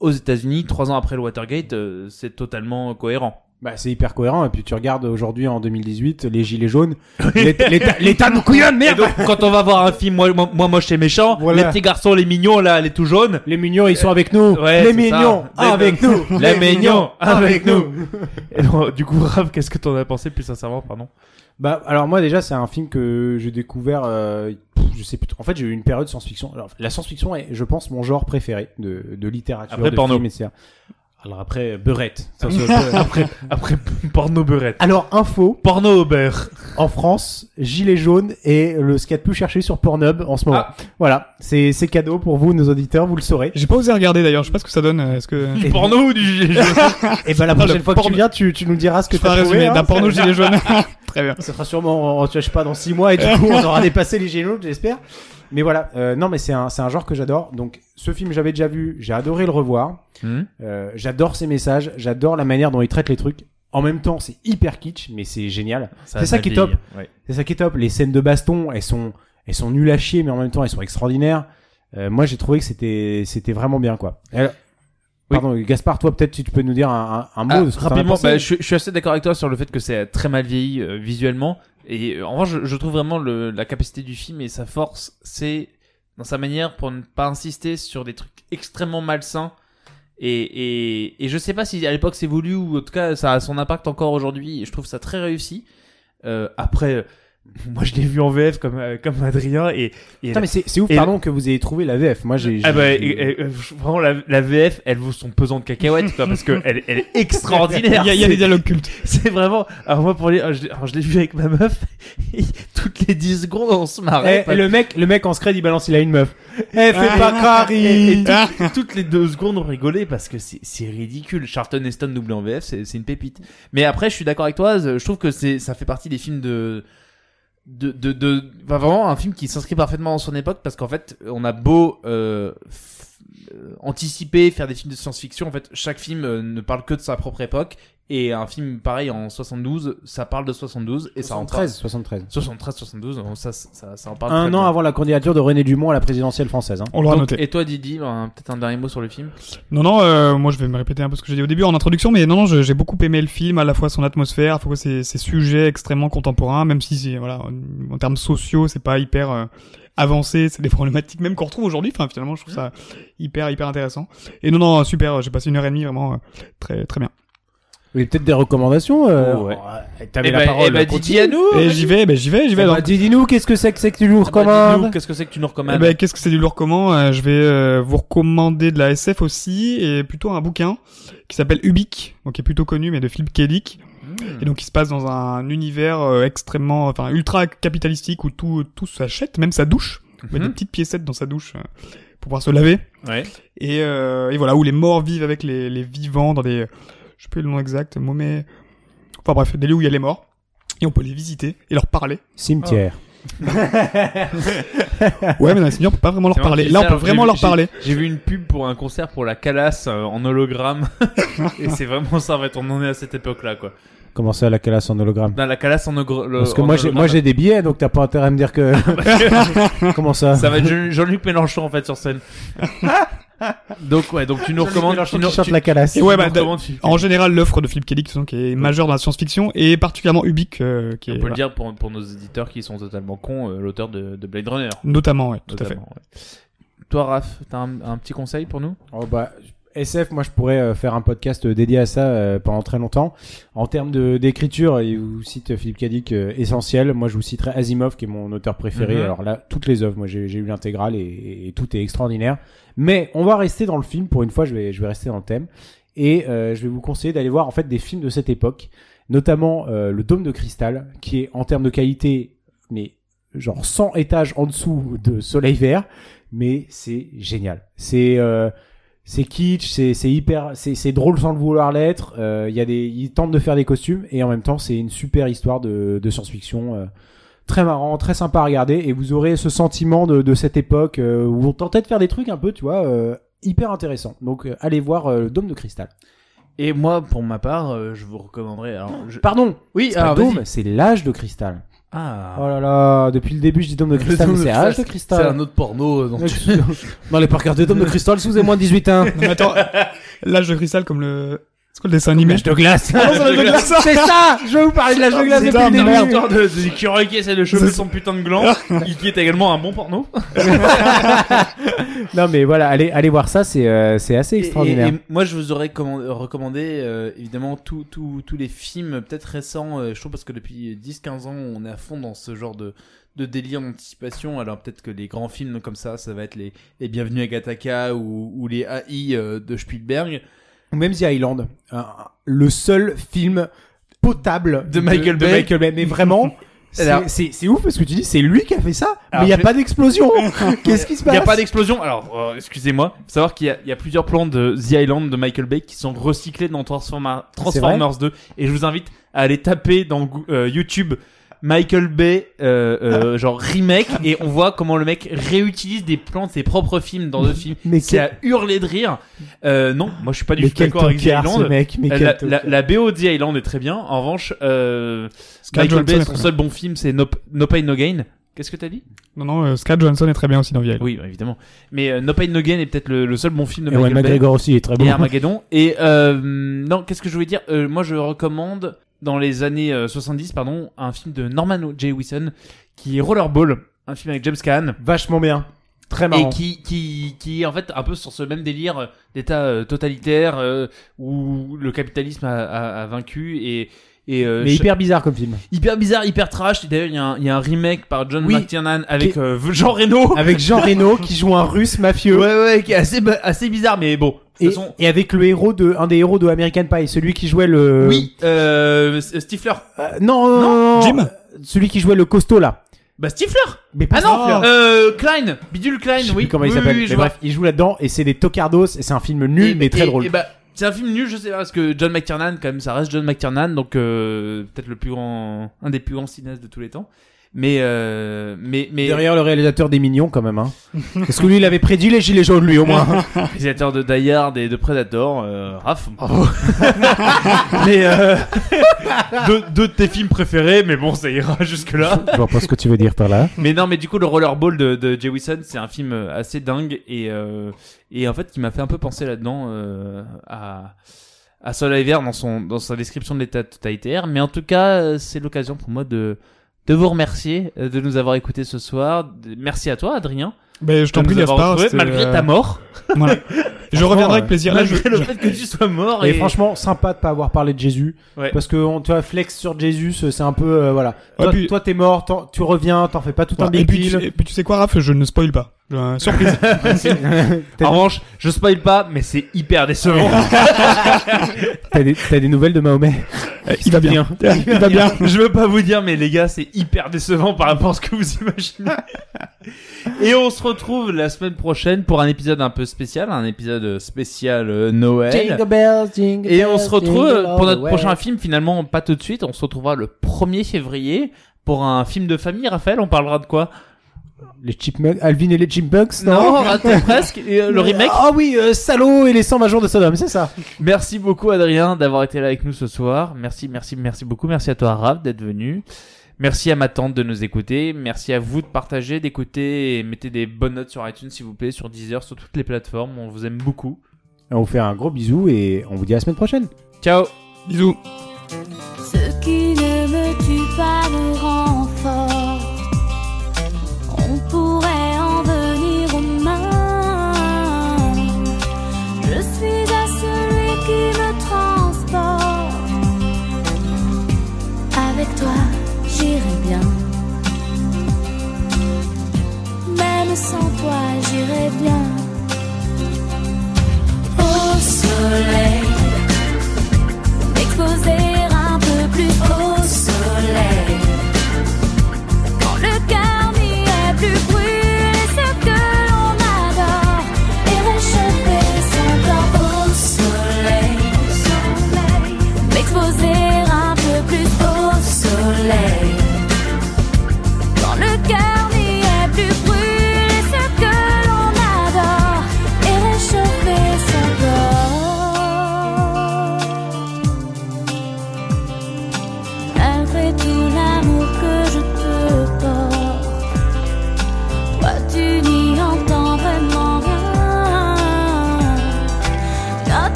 [SPEAKER 1] aux États-Unis, trois ans après le Watergate, euh, c'est totalement cohérent.
[SPEAKER 2] Bah, c'est hyper cohérent. Et puis tu regardes aujourd'hui en 2018 les gilets jaunes. L'État- L'État l'État nous couillonne,
[SPEAKER 1] Et
[SPEAKER 2] merde.
[SPEAKER 1] donc, quand on va voir un film, moi, moi, moi, moche et méchant,
[SPEAKER 2] Voilà.
[SPEAKER 1] les petits garçons, les mignons, là, les tout jaunes.
[SPEAKER 2] Les mignons, ils sont avec nous.
[SPEAKER 1] Ouais,
[SPEAKER 2] les
[SPEAKER 1] c'est ça.
[SPEAKER 2] mignons,
[SPEAKER 1] Les-
[SPEAKER 2] avec nous.
[SPEAKER 1] Les mignons, avec nous. Et donc, du coup, Rav, qu'est-ce que t'en as pensé plus sincèrement, pardon
[SPEAKER 2] Bah alors moi déjà c'est un film que j'ai découvert euh, pff, je sais plus trop. en fait j'ai eu une période science-fiction alors la science-fiction est je pense mon genre préféré de, de littérature
[SPEAKER 1] Après
[SPEAKER 2] de
[SPEAKER 1] porno.
[SPEAKER 2] film, etc. alors après euh, Beurette Ça, c'est-
[SPEAKER 1] Après, après porno beurette.
[SPEAKER 2] alors info
[SPEAKER 1] Porno au beurre.
[SPEAKER 2] en France gilet jaune est le ce qu'il y a de plus cherché sur Pornhub en ce moment
[SPEAKER 3] Ah.
[SPEAKER 2] voilà c'est c'est cadeau pour vous nos auditeurs vous le saurez
[SPEAKER 3] J'ai pas osé regarder d'ailleurs. Je sais pas ce que ça donne. euh, Est-ce que
[SPEAKER 1] Du porno ou du gilet jaune
[SPEAKER 2] et ben la
[SPEAKER 3] Putain, Ah, le
[SPEAKER 2] prochaine fois que tu
[SPEAKER 3] porno-
[SPEAKER 2] viens tu, tu nous diras ce que
[SPEAKER 3] je ferai un
[SPEAKER 2] t'as trouvé
[SPEAKER 3] résumé
[SPEAKER 2] hein.
[SPEAKER 3] d'un porno gilet jaune. Très bien.
[SPEAKER 2] Ça sera sûrement, en- en- je sais pas, dans 6 mois et du coup on aura dépassé les gilets jaunes, j'espère. Mais voilà, euh, non mais c'est un, c'est un genre que j'adore. Donc ce film j'avais déjà vu, j'ai adoré le revoir. Euh, j'adore ses messages, j'adore la manière dont il traite les trucs. En même temps c'est hyper kitsch, mais c'est génial. C'est ça qui est top. C'est ça qui est top. Les scènes de baston, elles sont, elles sont nulles à chier, mais en même temps elles sont extraordinaires. Euh, moi j'ai trouvé que c'était, c'était vraiment bien quoi. Alors,
[SPEAKER 1] Oui.
[SPEAKER 2] Pardon, Gaspard, toi peut-être si tu peux nous dire un, un- un mot
[SPEAKER 1] Ah,
[SPEAKER 2] de ce que t'en as
[SPEAKER 1] rapidement,
[SPEAKER 2] pensé.
[SPEAKER 1] bah, je, suis- je suis assez d'accord avec toi sur le fait que c'est très mal vieilli euh, visuellement. Et euh, en revanche, je, je trouve vraiment le- la capacité du film et sa force, c'est dans sa manière pour ne pas insister sur des trucs extrêmement malsains. Et, et, et je sais pas si à l'époque c'est voulu ou en tout cas ça a son impact encore aujourd'hui. Et Je trouve ça très réussi. Euh, après, euh, moi je l'ai vu en VF comme, euh, comme Adrien et, et
[SPEAKER 2] Putain, mais c'est, c'est ouf,
[SPEAKER 1] et-
[SPEAKER 2] pardon, que vous ayez trouvé la VF. Moi j'ai.
[SPEAKER 1] ah
[SPEAKER 2] j'ai-
[SPEAKER 1] bah,
[SPEAKER 2] j'ai-
[SPEAKER 1] et- et- euh, vraiment la, la VF, elle vaut son pesant de cacahuètes quoi, parce que elle, elle est extraordinaire.
[SPEAKER 3] Il y a, il y a des dialogues cultes.
[SPEAKER 1] C'est vraiment. Alors moi pour les, alors, je, l'ai- alors, je l'ai vu avec ma meuf. et toutes les 10 secondes on se
[SPEAKER 2] Eh,
[SPEAKER 1] marrait.
[SPEAKER 2] et le mec, le mec en scred, il balance, il a une meuf. Eh, fais pas
[SPEAKER 1] Et- et
[SPEAKER 2] crari.
[SPEAKER 3] Ah.
[SPEAKER 1] tout- toutes les deux secondes on rigolait parce que c'est c'est ridicule. Charlton Heston doublé en VF, c'est c'est une pépite. Mais après je suis d'accord avec toi. euh, Je trouve que c'est ça fait partie des films de de de, de enfin, vraiment un film qui s'inscrit parfaitement dans son époque parce qu'en fait on a beau euh, f- euh, anticiper faire des films de science-fiction en fait chaque film euh, ne parle que de sa propre époque et un film pareil en 72 ça parle de 72 et ça en parle
[SPEAKER 2] 73, 73.
[SPEAKER 1] 73 72 on- ça ça ça en parle
[SPEAKER 2] Un
[SPEAKER 1] très
[SPEAKER 2] an
[SPEAKER 1] bien.
[SPEAKER 2] avant la candidature de René Dumont à la présidentielle française. Hein.
[SPEAKER 3] On l'aura
[SPEAKER 1] Donc,
[SPEAKER 3] noté.
[SPEAKER 1] et toi Didi ben, peut-être un dernier mot sur le film
[SPEAKER 3] Non, non, euh, moi je vais me répéter un peu ce que j'ai dit au début en introduction, mais non, non, je- j'ai beaucoup aimé le film, à la fois son atmosphère, à la fois ses, ses sujets extrêmement contemporains, même si, c'est, voilà, en, en termes sociaux, c'est pas hyper euh, avancé, c'est des problématiques même qu'on retrouve aujourd'hui, enfin finalement, je trouve ça hyper, hyper intéressant. Et non, non, super, j'ai passé une heure et demie vraiment euh, très, très bien.
[SPEAKER 2] Oui, peut-être des recommandations. Euh,
[SPEAKER 1] Oh, ouais.
[SPEAKER 2] ouais, T'avais la
[SPEAKER 1] ben-
[SPEAKER 2] parole.
[SPEAKER 1] eh ben,
[SPEAKER 2] continue.
[SPEAKER 1] Didi à nous
[SPEAKER 3] Et j'y vais, ben j'y vais, j'y
[SPEAKER 2] Eh
[SPEAKER 3] vais.
[SPEAKER 2] ben,
[SPEAKER 3] donc.
[SPEAKER 2] Dis-nous, qu'est-ce que c'est que, c'est que tu nous
[SPEAKER 1] Ah bah, dis-nous,
[SPEAKER 2] recommandes
[SPEAKER 1] Qu'est-ce que c'est que tu nous
[SPEAKER 3] Eh
[SPEAKER 1] recommandes
[SPEAKER 3] ben, qu'est-ce que c'est du lourd comment Euh, Je vais euh, vous recommander de la SF aussi, et plutôt un bouquin qui s'appelle Ubik, donc qui est plutôt connu, mais de Philippe Kellick.
[SPEAKER 1] Hmm.
[SPEAKER 3] Et donc il se passe dans un univers euh, extrêmement, enfin ultra capitalistique où tout tout s'achète, même sa douche. On
[SPEAKER 1] Mhm.
[SPEAKER 3] met
[SPEAKER 2] Hmm.
[SPEAKER 3] des petites piécettes dans sa douche euh, pour pouvoir se laver.
[SPEAKER 1] Ouais.
[SPEAKER 3] Et, euh, et voilà où les morts vivent avec les, les vivants dans des, je sais plus le nom exact, mais enfin bref, des lieux où il y a les morts et on peut les visiter et leur parler.
[SPEAKER 2] Cimetière.
[SPEAKER 3] Ouais, mais dans les seniors, on peut pas vraiment leur
[SPEAKER 1] C'est marrant
[SPEAKER 3] parler.
[SPEAKER 1] que tu
[SPEAKER 3] Là,
[SPEAKER 1] dis
[SPEAKER 3] on
[SPEAKER 1] ça,
[SPEAKER 3] peut
[SPEAKER 1] j'ai
[SPEAKER 3] vraiment
[SPEAKER 1] vu-
[SPEAKER 3] leur
[SPEAKER 1] j'ai-
[SPEAKER 3] parler.
[SPEAKER 1] J'ai vu une pub pour un concert pour la Calas euh, en hologramme. et c'est vraiment ça, en fait, on en est à cette époque-là, quoi.
[SPEAKER 2] Comment ça, la calasse en hologramme
[SPEAKER 1] Non, la Calas en hologramme.
[SPEAKER 2] Parce que moi, j'ai, moi, j'ai des billets, donc t'as pas intérêt à me dire que. Comment ça
[SPEAKER 1] Ça va être Jean- Jean-Luc Mélenchon, en fait, sur scène. donc, ouais, donc tu nous recommandes.
[SPEAKER 2] Mélenchon
[SPEAKER 1] tu nous-
[SPEAKER 2] qui chante
[SPEAKER 1] tu-
[SPEAKER 2] la Calas.
[SPEAKER 1] tu
[SPEAKER 3] Et ouais,
[SPEAKER 1] nous
[SPEAKER 3] bah,
[SPEAKER 1] recommandes- tu-
[SPEAKER 2] Oh,
[SPEAKER 3] En général, l'offre de Philippe Kelly, de toute façon, qui est majeure dans la science-fiction, et particulièrement Ubik, euh, qui
[SPEAKER 1] On
[SPEAKER 3] est
[SPEAKER 1] peut le dire pour, pour nos éditeurs qui sont totalement cons, euh, l'auteur de, de Blade Runner.
[SPEAKER 3] notamment, ouais, tout à fait.
[SPEAKER 1] notamment, ouais. Toi, Raph, t'as un, un petit conseil pour nous
[SPEAKER 2] Oh bah, SF, moi je pourrais euh, faire un podcast euh, dédié à ça euh, pendant très longtemps. En termes de d'écriture, il vous cite euh, Philippe Cadic euh, essentiel. Moi je vous citerai Asimov qui est mon auteur préféré.
[SPEAKER 1] Mhm.
[SPEAKER 2] Alors là, toutes les œuvres, moi j'ai j'ai eu l'intégrale et, et- et tout est extraordinaire. Mais on va rester dans le film pour une fois. Je vais je vais rester dans le thème et euh, je vais vous conseiller d'aller voir en fait des films de cette époque, notamment euh, le Dôme de cristal qui est en termes de qualité mais genre 100 étages en dessous de Soleil Vert, mais c'est génial. C'est euh, c'est kitsch, c'est c'est hyper, c'est c'est drôle sans le vouloir l'être. Euh, Il y a des, ils tentent de faire des costumes et en même temps c'est une super histoire de, de science-fiction, euh, très marrant, très sympa à regarder et vous aurez ce sentiment de, de cette époque euh, où on tentait de faire des trucs un peu, tu vois, euh, hyper intéressant. Donc euh, allez voir euh, le Dôme de cristal.
[SPEAKER 1] Et moi, pour ma part, euh, je vous recommanderais. alors, je-
[SPEAKER 2] Pardon,
[SPEAKER 1] Oui,
[SPEAKER 2] c'est pas
[SPEAKER 1] alors, vas-y.
[SPEAKER 2] Dôme, c'est l'âge de cristal.
[SPEAKER 1] Ah.
[SPEAKER 2] Oh là là, depuis le début je dis Dôme de cristal, mais c'est l'âge de cristal.
[SPEAKER 1] C'est un autre porno. euh, dont tu-
[SPEAKER 2] Non, les parkers de Dôme de Cristal, si vous avez moins de 18 ans.
[SPEAKER 3] Non, mais attends, l'âge de cristal comme le. C'est quoi le dessin animé
[SPEAKER 2] de glace.
[SPEAKER 3] Ah non, c'est l'âge de glace.
[SPEAKER 2] C'est ça Je vais vous parler de l'âge de glace
[SPEAKER 3] C'est
[SPEAKER 2] depuis
[SPEAKER 3] ça,
[SPEAKER 2] le
[SPEAKER 1] Non, mais
[SPEAKER 2] début.
[SPEAKER 1] l'histoire de, de Curé qui essaie de choper son putain de gland, il- qui est également un bon porno.
[SPEAKER 2] Non, mais voilà, allez, allez voir ça, c'est euh, c'est assez
[SPEAKER 1] Et-
[SPEAKER 2] extraordinaire.
[SPEAKER 1] Et, et moi, je vous aurais commandé- recommandé, euh, évidemment, tous tous- tous les films, peut-être récents, euh, je trouve, parce que depuis 10-15 ans, on est à fond dans ce genre de, de délire d'anticipation. Alors, peut-être que les grands films comme ça, ça va être les, les Bienvenus à Gattaca ou, ou les AI euh, de Spielberg.
[SPEAKER 2] Ou Même The Island, un- le seul film potable
[SPEAKER 1] De Michael Bay.
[SPEAKER 2] Michael Bay. Mais vraiment, c'est-
[SPEAKER 1] Alors-
[SPEAKER 2] c'est c'est ouf parce que tu dis, c'est lui qui a fait ça, mais
[SPEAKER 1] Alors,
[SPEAKER 2] il n'y a
[SPEAKER 1] je-
[SPEAKER 2] pas d'explosion. Qu'est-ce qui se
[SPEAKER 1] Il
[SPEAKER 2] passe
[SPEAKER 1] n'y a pas d'explosion. Alors, euh, excusez-moi. Faut savoir qu'il y a, il y a plusieurs plans de The Island de Michael Bay qui sont recyclés dans Transforma- Transformers 2. Et je vous invite à aller taper dans Gou- euh, YouTube Michael Bay, euh, euh, genre remake. Et on voit comment le mec réutilise des plans de ses propres films dans deux films.
[SPEAKER 2] Mais
[SPEAKER 1] C'est
[SPEAKER 2] quel,
[SPEAKER 1] à hurler de rire. Euh, non, moi je suis pas du
[SPEAKER 2] mais
[SPEAKER 1] tout
[SPEAKER 2] quel
[SPEAKER 1] d'accord avec The
[SPEAKER 2] tocard, ce
[SPEAKER 1] Island.
[SPEAKER 2] mec. Mais
[SPEAKER 1] Euh,
[SPEAKER 2] quel
[SPEAKER 1] La,
[SPEAKER 2] tocard.
[SPEAKER 1] la- la BO de The Island est très bien. En revanche, euh,
[SPEAKER 3] Scarlett
[SPEAKER 1] Michael Bay,
[SPEAKER 3] Johansson est
[SPEAKER 1] son
[SPEAKER 3] très
[SPEAKER 1] seul bon film, c'est no, no Pain No Gain. Qu'est-ce que t'as dit
[SPEAKER 3] bien. Non, non, euh, Scarlett Johansson est très bien aussi dans Vieille.
[SPEAKER 1] oui, évidemment. Mais euh, No Pain No Gain est peut-être le, le seul bon film de
[SPEAKER 2] Et Ewan
[SPEAKER 1] Michael Bay.
[SPEAKER 2] McGregor aussi il est très bon.
[SPEAKER 1] Et Armageddon. Et euh, non, qu'est-ce que je voulais dire Euh, Moi, je recommande dans les années euh, 70, pardon, un film de Norman J. Wilson qui est Rollerball, un film avec James Caan.
[SPEAKER 2] Vachement bien. Très
[SPEAKER 1] Et
[SPEAKER 2] marrant.
[SPEAKER 1] qui, qui, qui est en fait un peu sur ce même délire euh, d'État euh, totalitaire euh, où le capitalisme a, a- a vaincu et, et euh,
[SPEAKER 2] Mais
[SPEAKER 1] je-
[SPEAKER 2] hyper bizarre comme film.
[SPEAKER 1] hyper bizarre, hyper trash. D'ailleurs, il y, a un- il y a un remake par John
[SPEAKER 2] Oui.
[SPEAKER 1] McTiernan avec
[SPEAKER 2] Qui-
[SPEAKER 1] euh, Jean Reno.
[SPEAKER 2] Avec Jean Reno qui joue un russe mafieux.
[SPEAKER 1] Ouais, ouais, qui est assez, ba- assez bizarre, mais bon. De
[SPEAKER 2] Et,
[SPEAKER 1] toute façon,
[SPEAKER 2] et avec le héros de un des héros de American Pie, celui qui jouait le
[SPEAKER 1] oui, euh, S- Stifler.
[SPEAKER 2] Euh, non, non, non, non,
[SPEAKER 3] Jim
[SPEAKER 2] celui qui jouait le costaud là.
[SPEAKER 1] Bah, Stifler
[SPEAKER 2] Mais
[SPEAKER 1] Ah
[SPEAKER 2] pas
[SPEAKER 1] non
[SPEAKER 2] Stifler.
[SPEAKER 1] euh, Klein Bidule Klein,
[SPEAKER 2] Je sais
[SPEAKER 1] oui.
[SPEAKER 2] plus comment il
[SPEAKER 1] Oui,
[SPEAKER 2] s'appelle.
[SPEAKER 1] oui, oui, je
[SPEAKER 2] mais
[SPEAKER 1] vois.
[SPEAKER 2] bref, il joue là-dedans et c'est des tocardos et c'est un film nul
[SPEAKER 1] Et-
[SPEAKER 2] mais très
[SPEAKER 1] et-
[SPEAKER 2] drôle.
[SPEAKER 1] et bah, c'est un film nul, je sais pas, parce que John McTiernan, quand même, ça reste John McTiernan, donc euh, peut-être le plus grand, un des plus grands cinéastes de tous les temps. Mais, euh, mais, mais,
[SPEAKER 2] Derrière le réalisateur des Mignons quand même. Hein. Est-ce que lui il avait prédit les gilets jaunes lui au moins
[SPEAKER 1] réalisateur de Die Hard et de Predator, euh, Raph.
[SPEAKER 2] Oh. Mais euh,
[SPEAKER 1] deux, deux de tes films préférés, mais bon, ça ira jusque-là.
[SPEAKER 2] je vois pas ce que tu veux dire par là.
[SPEAKER 1] Mais non, mais du coup, le Rollerball de, de Jay Wilson, c'est un film euh, assez dingue et, euh, et en fait, qui m'a fait un peu penser là-dedans euh, à, à Sol Iver dans, son, dans sa description de l'état totalitaire. Mais en tout cas, euh, c'est l'occasion pour moi de, de vous remercier euh, de nous avoir écoutés ce soir. De- Merci à toi, Adrien.
[SPEAKER 3] Ben, je t'en
[SPEAKER 1] de
[SPEAKER 3] prie,
[SPEAKER 1] nous avoir
[SPEAKER 3] Gaspard.
[SPEAKER 1] retrouvés,
[SPEAKER 3] c'était,
[SPEAKER 1] malgré
[SPEAKER 3] euh,
[SPEAKER 1] ta mort.
[SPEAKER 3] voilà. Je reviendrai avec
[SPEAKER 2] euh,
[SPEAKER 3] plaisir. Là, je,
[SPEAKER 1] Malgré le fait que tu sois mort.
[SPEAKER 2] Et,
[SPEAKER 1] Et,
[SPEAKER 2] franchement, sympa de pas avoir parlé de Jésus.
[SPEAKER 1] Ouais.
[SPEAKER 2] Parce que on, tu vois, flex sur Jésus, c'est un peu euh, voilà.
[SPEAKER 3] Ouais,
[SPEAKER 2] Toi,
[SPEAKER 3] puis-
[SPEAKER 2] toi, t'es mort, t'en- tu reviens, t'en fais pas tout un
[SPEAKER 3] Voilà. Et
[SPEAKER 2] big
[SPEAKER 3] puis, tu,
[SPEAKER 2] deal.
[SPEAKER 3] et puis tu sais quoi, Raph, je ne spoil pas. Euh, surprise.
[SPEAKER 1] en revanche, je spoil pas, mais c'est hyper décevant.
[SPEAKER 2] T'as des, t'as des nouvelles de Mahomet
[SPEAKER 3] Euh, il va bien. Il va bien.
[SPEAKER 1] Je veux pas vous dire, mais les gars, c'est hyper décevant par rapport à ce que vous imaginez. Et on se retrouve la semaine prochaine pour un épisode un peu spécial, un épisode spécial euh, Noël. Et on se retrouve pour notre prochain film, finalement, pas tout de suite. On se retrouvera le 1er février Pour un film de famille, Raphaël, on parlera de quoi
[SPEAKER 2] Les Chipmunks, Alvin et les Chipmunks, non
[SPEAKER 1] raté presque. Et, euh, le remake.
[SPEAKER 2] Ah oui, euh, Salaud et les 120 jours de Sodome, c'est ça.
[SPEAKER 1] Merci beaucoup, Adrien, d'avoir été là avec nous ce soir. Merci, merci, merci beaucoup. Merci à toi, Raph, d'être venu. Merci à ma tante de nous écouter. Merci à vous de partager, d'écouter et mettez des bonnes notes sur iTunes, s'il vous plaît, sur Deezer, sur toutes les plateformes. On vous aime beaucoup.
[SPEAKER 2] On vous fait un gros bisou et on vous dit à la semaine prochaine.
[SPEAKER 1] Ciao
[SPEAKER 3] Bisous.
[SPEAKER 11] Ce qui ne me tue pas me rend fort. On pourrait en venir aux mains. Je suis à celui qui me transporte. Avec toi, j'irai bien. Même sans toi, j'irai bien. Au soleil, m'exposer. Oh, Oh,